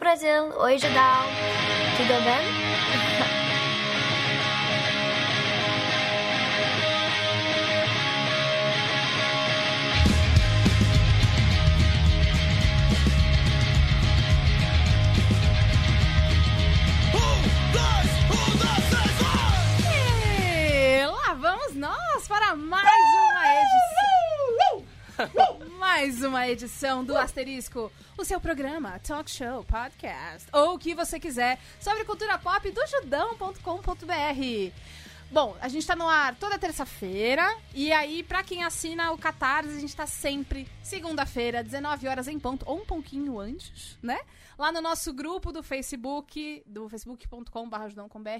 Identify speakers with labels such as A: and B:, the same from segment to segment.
A: Brasil! Oi, Judal! Tudo bem?
B: E lá vamos nós para mais uma edição. Mais uma edição do Asterisco, o seu programa, talk show, podcast, ou o que você quiser sobre cultura pop do judão.com.br. Bom, a gente tá no ar toda terça-feira, e aí, pra quem assina o Catarse, a gente tá sempre segunda-feira, 19 horas em ponto, ou um pouquinho antes, né? Lá no nosso grupo do Facebook, do facebook.com.br,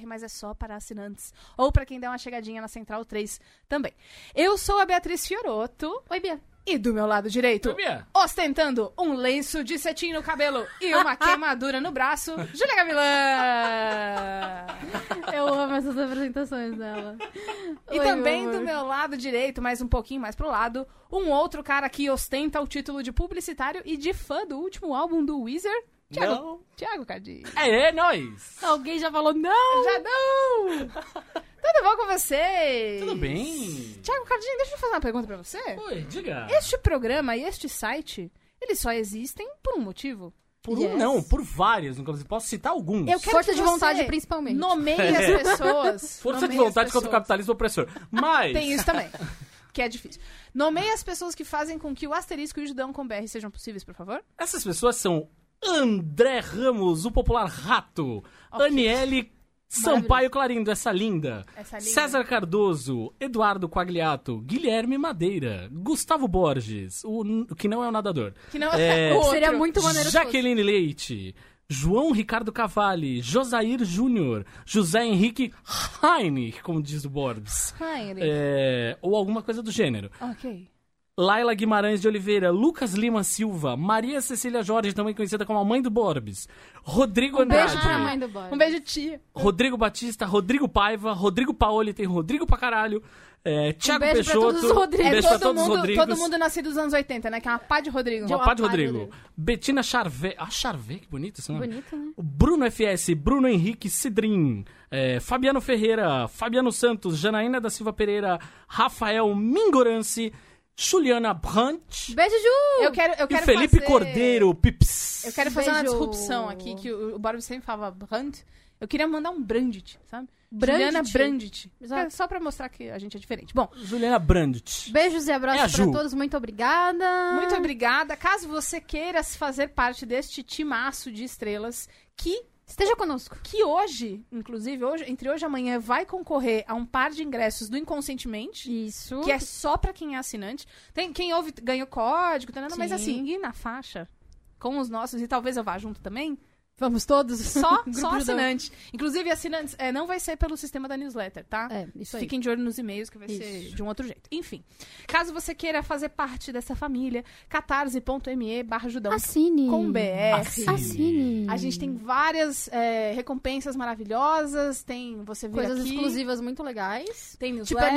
B: mas é só para assinantes, ou pra quem der uma chegadinha na Central 3 também. Eu sou a Beatriz Fioroto. Oi, Bia. E do meu lado direito,
C: Bia.
B: ostentando um lenço de cetim no cabelo e uma queimadura no braço, Júlia Gavilan!
D: Eu amo essas apresentações dela.
B: E também do meu lado direito, mas um pouquinho mais pro lado, um outro cara que ostenta o título de publicitário e de fã do último álbum do Weezer, Thiago,
C: Não.
B: Thiago Cadinho.
C: É, é nóis.
D: Alguém já falou não!
B: Já não! Tudo bom com vocês?
C: Tudo bem?
B: Thiago Cardinho, deixa eu fazer uma pergunta pra você.
C: Oi, diga.
B: Este programa e este site, eles só existem por um motivo.
C: Por
D: Yes.
C: um não, por vários, inclusive. Posso citar alguns.
B: Eu quero
D: Força
B: que
D: de
B: você
D: vontade, principalmente.
B: Nomeie
D: É.
B: as pessoas.
C: Força de
B: nomeie as
C: vontade contra
B: pessoas.
C: o capitalismo opressor. Mas...
B: Tem isso também. Que é difícil. Nomeie as pessoas que fazem com que o asterisco e o judão com BR sejam possíveis, por favor.
C: Essas pessoas são André Ramos, o popular rato. Aniele Sampaio Clarindo, essa linda.
B: Essa linda.
C: César Cardoso, Eduardo Quagliato, Guilherme Madeira, Gustavo Borges, o, n- que não é o nadador.
B: Que não é,
C: É,
B: outro.
D: Seria muito maneiro se
C: Jaqueline Leite, João Ricardo Cavalli, Josair Júnior, José Henrique Heinrich, como diz o Borges.
D: fosse. Ai, Henrique.
C: É, ou alguma coisa do gênero.
B: Ok.
C: Laila Guimarães de Oliveira, Lucas Lima Silva, Maria Cecília Jorge, também conhecida como a mãe do Borbes, Rodrigo
D: Um
C: Andrade,
D: beijo pra mãe do boy.
B: Um beijo, tia.
C: Rodrigo Batista, Rodrigo Paiva, Rodrigo Paoli, tem Rodrigo pra caralho, é, Thiago
D: Um beijo pra
C: Peixoto,
D: todos os Rodrigos. É
C: um beijo pra
B: todo,
C: todos os
B: mundo,
C: Rodrigos,
B: todo mundo nascido dos anos 80, né? Que é uma pá de Rodrigo.
C: uma pá
D: uma
C: de
D: pá de
C: Rodrigo,
D: Rodrigo.
C: Betina Charvet, ah, Charvet, que bonito esse nome.
D: Bonito, né?
C: O Bruno FS, Bruno Henrique Cidrim, eh, Fabiano Ferreira, Fabiano Santos, Janaína da Silva Pereira, Rafael Mingorance, Juliana Brandt
D: Beijo, Ju!
B: Eu quero, eu
C: e
B: quero
C: Felipe
B: fazer-
C: Cordeiro, Pips.
B: Eu quero fazer uma
D: Beijo.
B: disrupção aqui, que o, o Borbes sempre falava Brandt. Eu queria mandar um Brandt, sabe?
D: Brandt?
B: Juliana Brandt.
D: Exato.
B: Só pra mostrar que a gente é diferente. Bom,
C: Juliana Brandt.
D: Beijos e
C: É a
D: abraços
C: Ju.
D: pra todos, muito obrigada.
B: Muito obrigada. Caso você queira se fazer parte deste timaço de estrelas que
D: Esteja conosco.
B: que hoje, inclusive hoje, entre hoje e amanhã vai concorrer a um par de ingressos do Inconscientemente,
D: Isso.
B: que é só pra quem é assinante. Tem quem ouve ganhou código, tá, mas
D: Sim.
B: assim, ir na faixa com os nossos e talvez eu vá junto também.
D: Vamos todos.
B: Só,
D: Grupo
B: só
D: Judão.
B: assinante. Inclusive, assinantes é, não vai ser pelo sistema da newsletter, tá?
D: É, isso aí.
B: Fiquem de olho nos e-mails, que vai ser
D: Isso.
B: de um outro jeito. Enfim, caso você queira fazer parte dessa família, catarse.me barra judão
D: Assine.
B: com
C: Ah,
B: BR.
D: Assine.
B: A gente tem várias é, recompensas maravilhosas, tem você vê
D: coisas
B: aqui,
D: exclusivas muito legais.
B: tem
D: Tipo a
B: newsletter,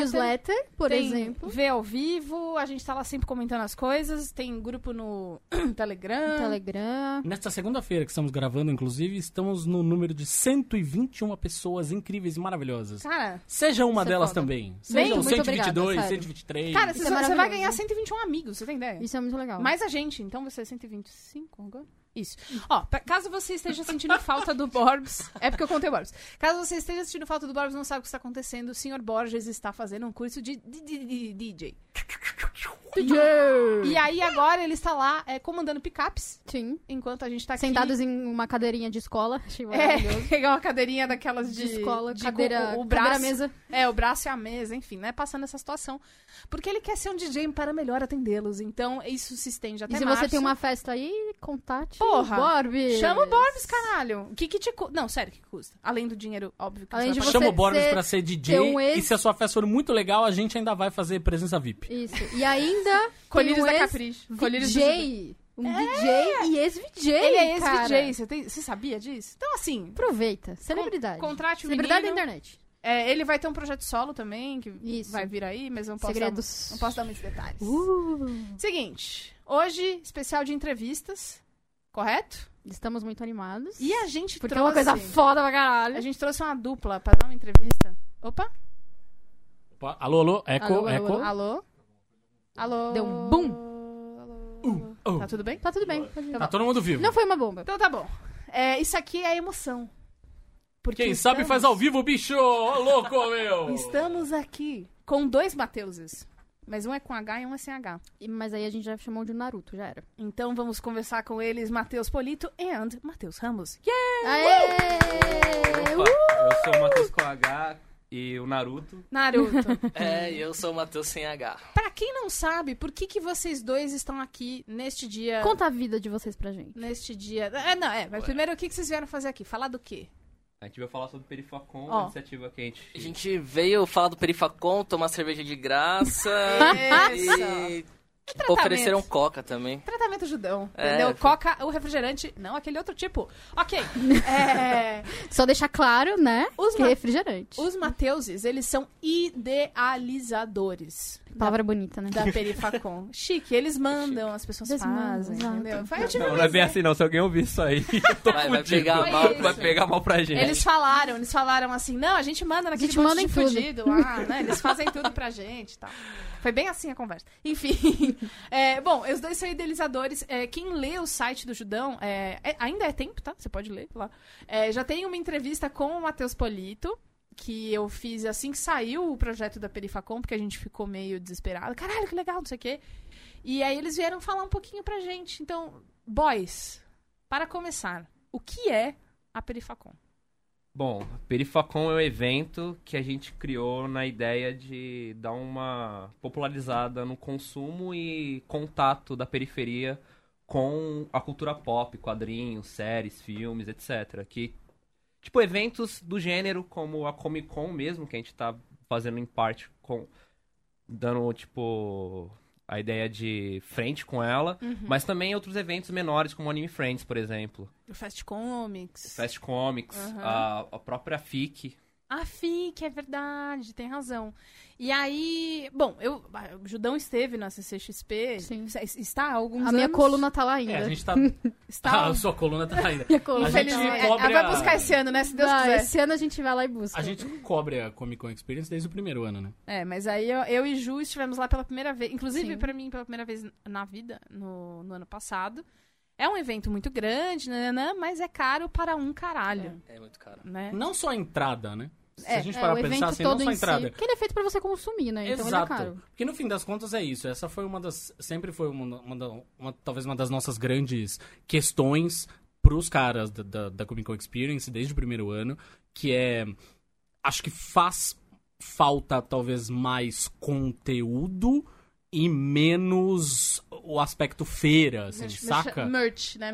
D: newsletter, por
B: tem
D: exemplo.
B: vê ao vivo, a gente tá lá sempre comentando as coisas, tem grupo no Telegram,
D: Telegram.
C: Nesta segunda-feira que estamos gravando, inclusive, estamos no número de 121 pessoas incríveis e maravilhosas.
B: Cara,
C: Seja uma
B: Isso é
C: delas
B: foda.
C: também.
D: Bem,
C: Sejam
D: muito
C: 122,
D: obrigada, sério.
C: 123.
B: cara
D: Isso
B: você,
D: é
B: só- você vai
D: maravilhoso.
B: ganhar 121 amigos, você tem ideia?
D: Isso é muito legal.
B: Mais a gente, então você é 125 agora? Isso. Ó, pra- caso você esteja sentindo falta do Borbs, é porque eu contei o Borbs. Caso você esteja sentindo falta do Borbs, não sabe o que está acontecendo, o senhor Borges está fazendo um curso de di- di- di- DJ. E aí agora ele está lá é, comandando picapes,
D: Sim.
B: enquanto a gente está aqui.
D: Sentados em uma cadeirinha de escola. Achei maravilhoso.
B: É, pegar uma cadeirinha daquelas de,
D: de, escola,
B: de
D: cadeira,
B: com o, o
D: cadeira
B: braço,
D: mesa.
B: É, o braço e a mesa, enfim, né? Passando essa situação. Porque ele quer ser um DJ para melhor atendê-los. Então, isso se estende até
D: e se
B: março.
D: você tem uma festa aí, contate
B: Porra!
D: o Borb.
B: Chama o Borbs, caralho. O que que te custa? Não, sério, o que custa? Além do dinheiro, óbvio que
D: Além
B: você
D: de
B: vai
D: você-
C: Chama o Borbes
D: ser-
C: pra ser DJ.
D: ter um ex-
C: E se a sua festa for muito legal, a gente ainda vai fazer presença VIP.
D: Isso. E ainda
B: pagar. Colírios
D: um
B: da
D: ex-
B: Capricho. Colírios do Judeu.
D: DJ. Um DJ e ex-VJ,
B: Ele é
D: cara.
B: ex-VJ, você, tem- você sabia disso? Então, assim,
D: Aproveita. Celebridade.
B: contrate o
D: Celebridade da
B: menino.
D: internet.
B: É, ele vai ter um projeto solo também, que
D: né? Isso.
B: vai vir aí, mas eu não posso
D: Segredos.
B: dar, não posso dar muitos detalhes.
D: Uh,
B: Seguinte, hoje, especial de entrevistas. correto?
D: Estamos muito animados.
B: E a gente
D: porque é uma
B: trouxe...
D: coisa foda pra caralho.
B: A gente trouxe uma dupla pra dar uma entrevista. Opa!
C: Opa, Alô, alô, eco,
D: Alô, alô,
C: eco.
D: alô.
B: Alô? Alô?
D: Deu um bum.
B: Alô?
C: Oh,
B: Tá tudo bem?
D: Tá tudo bem. tá tudo
C: Tá
D: bem.
C: todo mundo vivo.
D: Não foi uma bomba.
B: Então tá bom. É, isso aqui é emoção. Porque
C: Quem sabe
B: estamos-
C: faz ao vivo, bicho! Ô, louco, meu!
B: Estamos aqui com dois Mateuses. Mas um é com H e um é sem H.
D: E- Mas aí a gente já chamou de Naruto, já era.
B: Então vamos conversar com eles, Matheus Polito e Matheus Ramos. Yeah!
D: Uh! Aê!
E: Opa, eu sou o Matheus com H e o Naruto.
B: Naruto.
F: É, e eu sou o Matheus sem H.
B: pra quem não sabe, por que, que vocês dois estão aqui neste dia?
D: Conta a vida de vocês pra gente.
B: Neste dia. É, não, é, mas primeiro o que, que vocês vieram fazer aqui? Falar do quê?
E: A gente vai falar sobre Perifacon,
B: Ó.
E: a iniciativa que a gente...
F: A gente veio falar do Perifacon, tomar cerveja de graça. e Tipo, ofereceram coca também.
B: Tratamento Judão.
F: É,
B: entendeu?
F: foi-
B: Coca, o refrigerante, não aquele outro tipo. Ok. É,
D: Só deixar claro, né?
B: Os
D: que
B: ma-
D: é refrigerante.
B: os Mateuses, eles são idealizadores
D: Palavra bonita, né?
B: da Perifacon. Chique, eles mandam, as pessoas
D: Eles mandam,
B: fazem,
D: exato.
B: entendeu? Vai, eu tive
E: Não,
B: um
E: não é bem assim não, se alguém ouvir isso aí, eu tô
F: Vai- vai
E: fudido.
F: pegar
B: mal.
E: Vai pegar mal pra gente.
B: Eles falaram, eles falaram assim, não, a gente manda naquele
D: gente
B: monte
D: manda
B: de
D: em tudo.
B: fudido lá, né? Eles fazem tudo pra gente e tal. Foi bem assim a conversa. Enfim, é, bom, os dois são idealizadores. É, quem lê o site do Judão, é, é- ainda é tempo, tá? Você pode ler lá. É, já tem uma entrevista com o Matheus Polito. Que eu fiz assim que saiu o projeto da Perifacom, porque a gente ficou meio desesperado. Caralho, que legal, não sei o quê. E aí eles vieram falar um pouquinho pra gente. Então, boys, para começar, o que é a Perifacom?
E: Bom, Perifacon é um evento que a gente criou na ideia de dar uma popularizada no consumo e contato da periferia com a cultura pop, quadrinhos, séries, filmes, etc. Que, tipo, eventos do gênero como a Comic Con mesmo, que a gente tá fazendo em parte com... Dando, tipo, a ideia de frente com ela.
B: Uhum.
E: Mas também outros eventos menores, como Anime Friends, por exemplo.
B: O Fast Comics.
E: Fast Comics,
B: Aham.
E: a, a própria FIC.
B: A FIC, é verdade, tem razão. E aí, bom, eu, ah, o Judão esteve na CCXP,
D: Sim.
B: es- está há alguns
D: A minha
B: anos,
D: coluna tá lá
C: É, a
D: ainda.
C: gente tá.
B: Está,
D: um-
C: Ah, a sua coluna tá ainda.
D: Minha coluna.
C: gente
B: infelizmente, é,
C: cobre
B: vai
C: a-
B: buscar esse ano, né, se Deus
D: Ah,
B: quiser.
D: esse ano a gente vai lá e busca.
C: A gente cobre a Comic Con Experience desde o primeiro ano, né?
B: É, mas aí eu, eu e Ju estivemos lá pela primeira vez, inclusive
D: Sim.
B: pra mim pela primeira vez na vida, no, no ano passado. É um evento muito grande, nananã, mas é caro para um caralho,
F: É muito caro.
B: né?
C: Não só a entrada, né? Se
B: É,
C: a gente
D: É,
C: parar
D: o
C: pra
D: evento
C: pensar assim, não
D: todo
C: só a
D: em si,
C: entrada.
D: Porque ele é feito pra você consumir, né? Então
C: Exato.
D: ele é caro.
C: Porque no fim das contas é isso. Essa foi uma das. Sempre foi uma, uma da- uma- talvez uma das nossas grandes questões pros caras da, da, da Comic Con Experience desde o primeiro ano. Que é. Acho que faz falta talvez mais conteúdo e menos o aspecto feira, assim,
B: Merch-
C: saca?
B: Merch, né?
D: É.
C: É,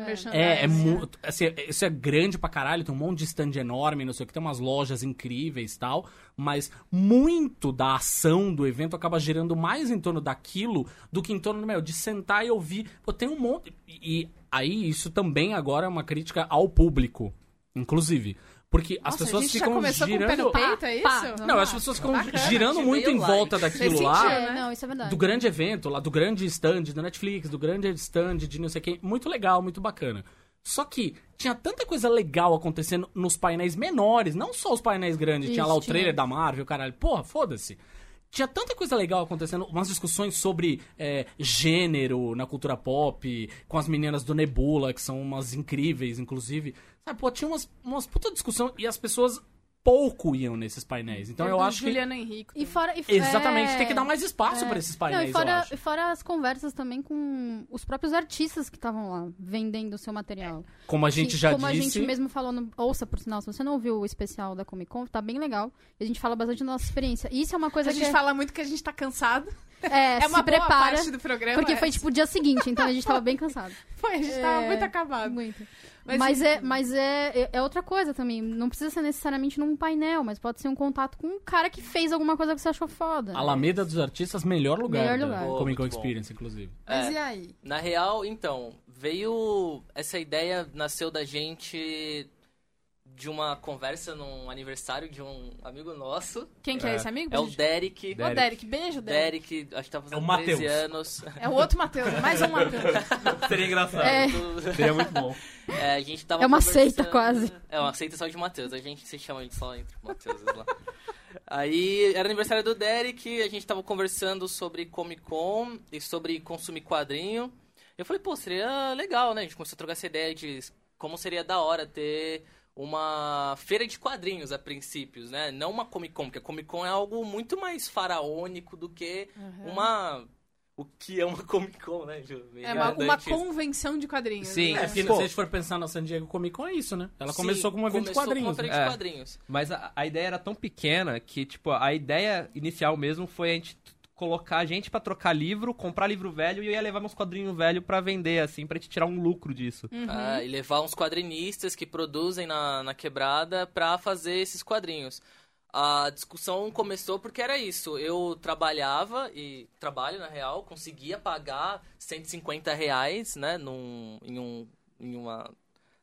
B: Merchandise.
C: é mu- assim, isso é grande pra caralho, tem um monte de stand enorme, não sei o que, tem umas lojas incríveis e tal, mas muito da ação do evento acaba girando mais em torno daquilo do que em torno, meu, de sentar e ouvir. Pô, tem um monte. E aí isso também agora é uma crítica ao público, inclusive. Porque as
B: Nossa,
C: pessoas
B: a gente
C: ficam
B: já começou
C: girando.
B: com o pé no peito, é
D: Ah, Pá,
B: isso?
D: pá.
C: Não, as pessoas ficam
B: Bacana,
C: girando
F: achei
C: muito em
F: meio
C: volta
F: light.
C: daquilo
B: Fez
C: lá
B: sentido,
D: É,
B: né?
D: não, isso é verdade.
C: do grande evento lá, do grande stand do Netflix, do grande stand de não sei quem. Muito legal, muito bacana. Só que tinha tanta coisa legal acontecendo nos painéis menores, não só os painéis grandes. tinha
D: Isso,
C: lá o
D: tinha.
C: trailer da Marvel, caralho. Porra, foda-se. Tinha tanta coisa legal acontecendo, umas discussões sobre é, gênero na cultura pop, com as meninas do Nebula, que são umas incríveis, inclusive. Sabe, pô, tinha umas, umas puta discussão e as pessoas pouco iam nesses painéis. Então
B: É
C: eu
B: do
C: acho que.
B: Juliano Henrico.
D: E fora, e f-
C: Exatamente,
D: é-
C: tem que dar mais espaço pra esses
D: Não,
C: painéis.
D: e
C: eu
D: fora,
C: acho.
D: e fora as conversas também com os próprios artistas que estavam lá vendendo o seu material.
C: Como a gente
D: Que,
C: já
D: como
C: disse.
D: a gente mesmo falou no... Ouça, por sinal, se você não ouviu o especial da Comic Con, tá bem legal. E a gente fala bastante da nossa experiência. E Isso é uma coisa
B: a
D: que...
B: gente fala muito que a gente tá cansado.
D: É,
B: É uma
D: se
B: boa
D: prepara.
B: parte do programa.
D: Porque
B: é.
D: foi tipo o dia seguinte, então a gente tava bem cansado.
B: Foi, a gente tava
D: É.
B: muito acabado.
D: Muito.
B: Mas
D: Mas, é, mas é, é outra coisa também. Não precisa ser necessariamente num painel, mas pode ser um contato com um cara que fez alguma coisa que você achou foda.
C: Alameda dos Artistas, melhor lugar.
D: Melhor
C: da
D: lugar.
F: Boa,
C: Comic Con
F: muito bom.
C: Experience, inclusive.
B: Mas
F: É.
B: e aí?
F: Na real, então, veio. Essa ideia nasceu da gente de uma conversa num aniversário de um amigo nosso.
B: Quem que é,
E: É.
B: esse amigo?
F: É o
B: Beijo.
F: Derek.
B: Ô, Derek, beijo, Derek.
F: Derek, acho que tá
C: É o
F: fazendo
C: Mateus.
F: 13 anos.
B: É o outro Matheus, mais um Matheus.
C: Seria engraçado.
D: É,
E: Seria muito bom.
F: É, a gente tava
D: É uma
F: conversando-
D: seita, quase.
F: É uma seita só de Matheus. A gente se chama só entre Matheuses lá. Aí era aniversário do Derek, a gente tava conversando sobre Comic Con e sobre consumir quadrinho. Eu falei, pô, seria legal, né? A gente começou a trocar essa ideia de como seria da hora ter uma feira de quadrinhos a princípios, né? Não uma Comic Con, porque a Comic Con é algo muito mais faraônico do que
D: É.
F: uma. O que é uma Comic Con, né? Ju?
B: É uma, uma
F: Redundante isso.
B: convenção de quadrinhos.
E: Sim.
B: né?
C: É, porque
E: Pô.
C: se a gente for pensar na San Diego Comic Con, é isso, né? Ela
F: Sim,
C: começou com um evento de
F: começou com uma
C: quadrinhos.
F: feira
C: né?
F: de
E: né? É.
F: quadrinhos.
E: Mas a, a ideia era tão pequena que, tipo, a ideia inicial mesmo foi a gente t- colocar a gente pra trocar livro, comprar livro velho e eu ia levar meus quadrinhos velhos pra vender, assim, pra gente tirar um lucro disso.
B: Uhum.
F: Ah, e levar uns quadrinistas que produzem na, na quebrada pra fazer esses quadrinhos. A discussão começou porque era isso. Eu trabalhava e trabalho na real, conseguia pagar 150 reais, né, num, em, um, em uma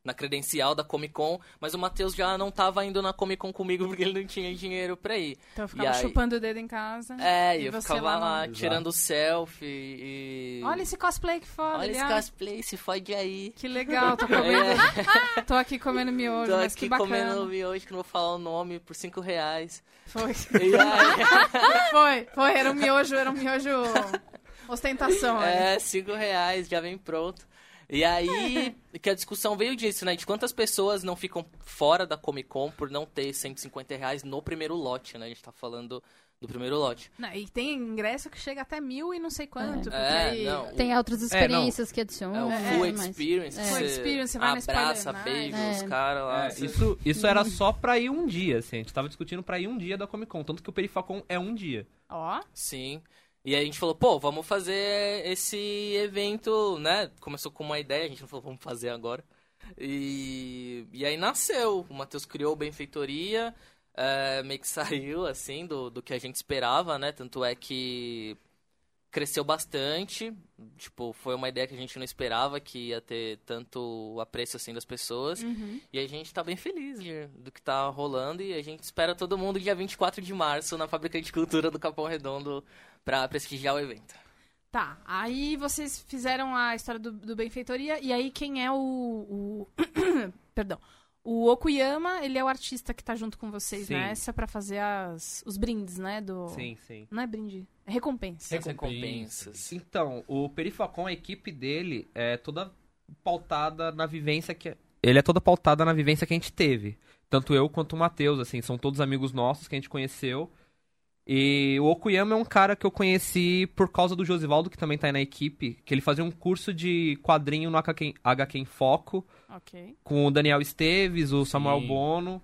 F: na credencial da Comic Con, mas o Matheus já não tava indo na Comic Con comigo porque ele não tinha dinheiro pra ir.
B: Então eu ficava
F: E aí-
B: chupando o dedo em casa.
F: É,
B: Ah, E
F: e eu
B: você
F: ficava
B: lá
F: lá,
B: não.
E: Exato.
F: tirando selfie e
B: Olha esse cosplay que foda.
F: Olha esse
B: aliás.
F: cosplay, se fode aí. É.
B: Que legal, tô comendo. Tô aqui comendo miojo,
F: Tô
B: mas
F: aqui
B: que bacana.
F: comendo hoje que não vou falar o nome por 5 reais.
B: Foi.
F: E aí,
B: Foi, foi, era um miojo, era um miojo ostentação. né?
F: é, 5 reais, já vem pronto. E aí,
B: É.
F: que a discussão veio disso, né? De quantas pessoas não ficam fora da Comic Con por não ter 150 reais no primeiro lote, né? A gente tá falando do primeiro lote.
B: Não, e tem ingresso que chega até mil e não sei quanto. porque aí-
F: É, não.
D: tem outras experiências que adicionam.
F: É o
D: né,
F: full
D: mas-
F: experience.
D: É.
F: que
B: um, Full
F: você
B: experience, você vai na
F: abraça,
B: Spider-Man,
F: beija
D: é.
F: os caras lá.
E: É,
F: você-
E: isso, isso era só pra ir um dia, assim. A gente tava discutindo pra ir um dia da Comic Con. Tanto que o Perifacon é um dia.
B: Ó,
F: Sim. E aí a gente falou, pô, vamos fazer esse evento, né? Começou com uma ideia, a gente não falou, vamos fazer agora. E, e aí nasceu. O Matheus criou o Benfeitoria, é, meio que saiu, assim, do, do que a gente esperava, né? Tanto é que cresceu bastante. Tipo, foi uma ideia que a gente não esperava que ia ter tanto apreço, assim, das pessoas. E a gente tá bem feliz de- do que tá rolando e a gente espera todo mundo dia 24 de março na Fábrica de Cultura do Capão Redondo pra prestigiar o evento.
B: tá. Aí vocês fizeram a história do, do Benfeitoria, e aí quem é o. o- Perdão. O Okuyama, ele é o artista que tá junto com vocês
E: Sim.
B: nessa pra fazer as, os brindes, né? Do...
E: Sim, sim.
B: Não é brinde, é recompensa.
F: As recompensas.
E: Então, o Perifacon, a equipe dele, é toda pautada na vivência que. Ele é toda pautada na vivência que a gente teve. Tanto eu quanto o Matheus, assim, são todos amigos nossos que a gente conheceu. E o Okuyama é um cara que eu conheci por causa do Josivaldo, que também tá aí na equipe, que ele fazia um curso de quadrinho no HQ, em- HQ em Foco,
B: Ok.
E: com o Daniel Esteves, o Samuel
C: Sim.
E: Bono.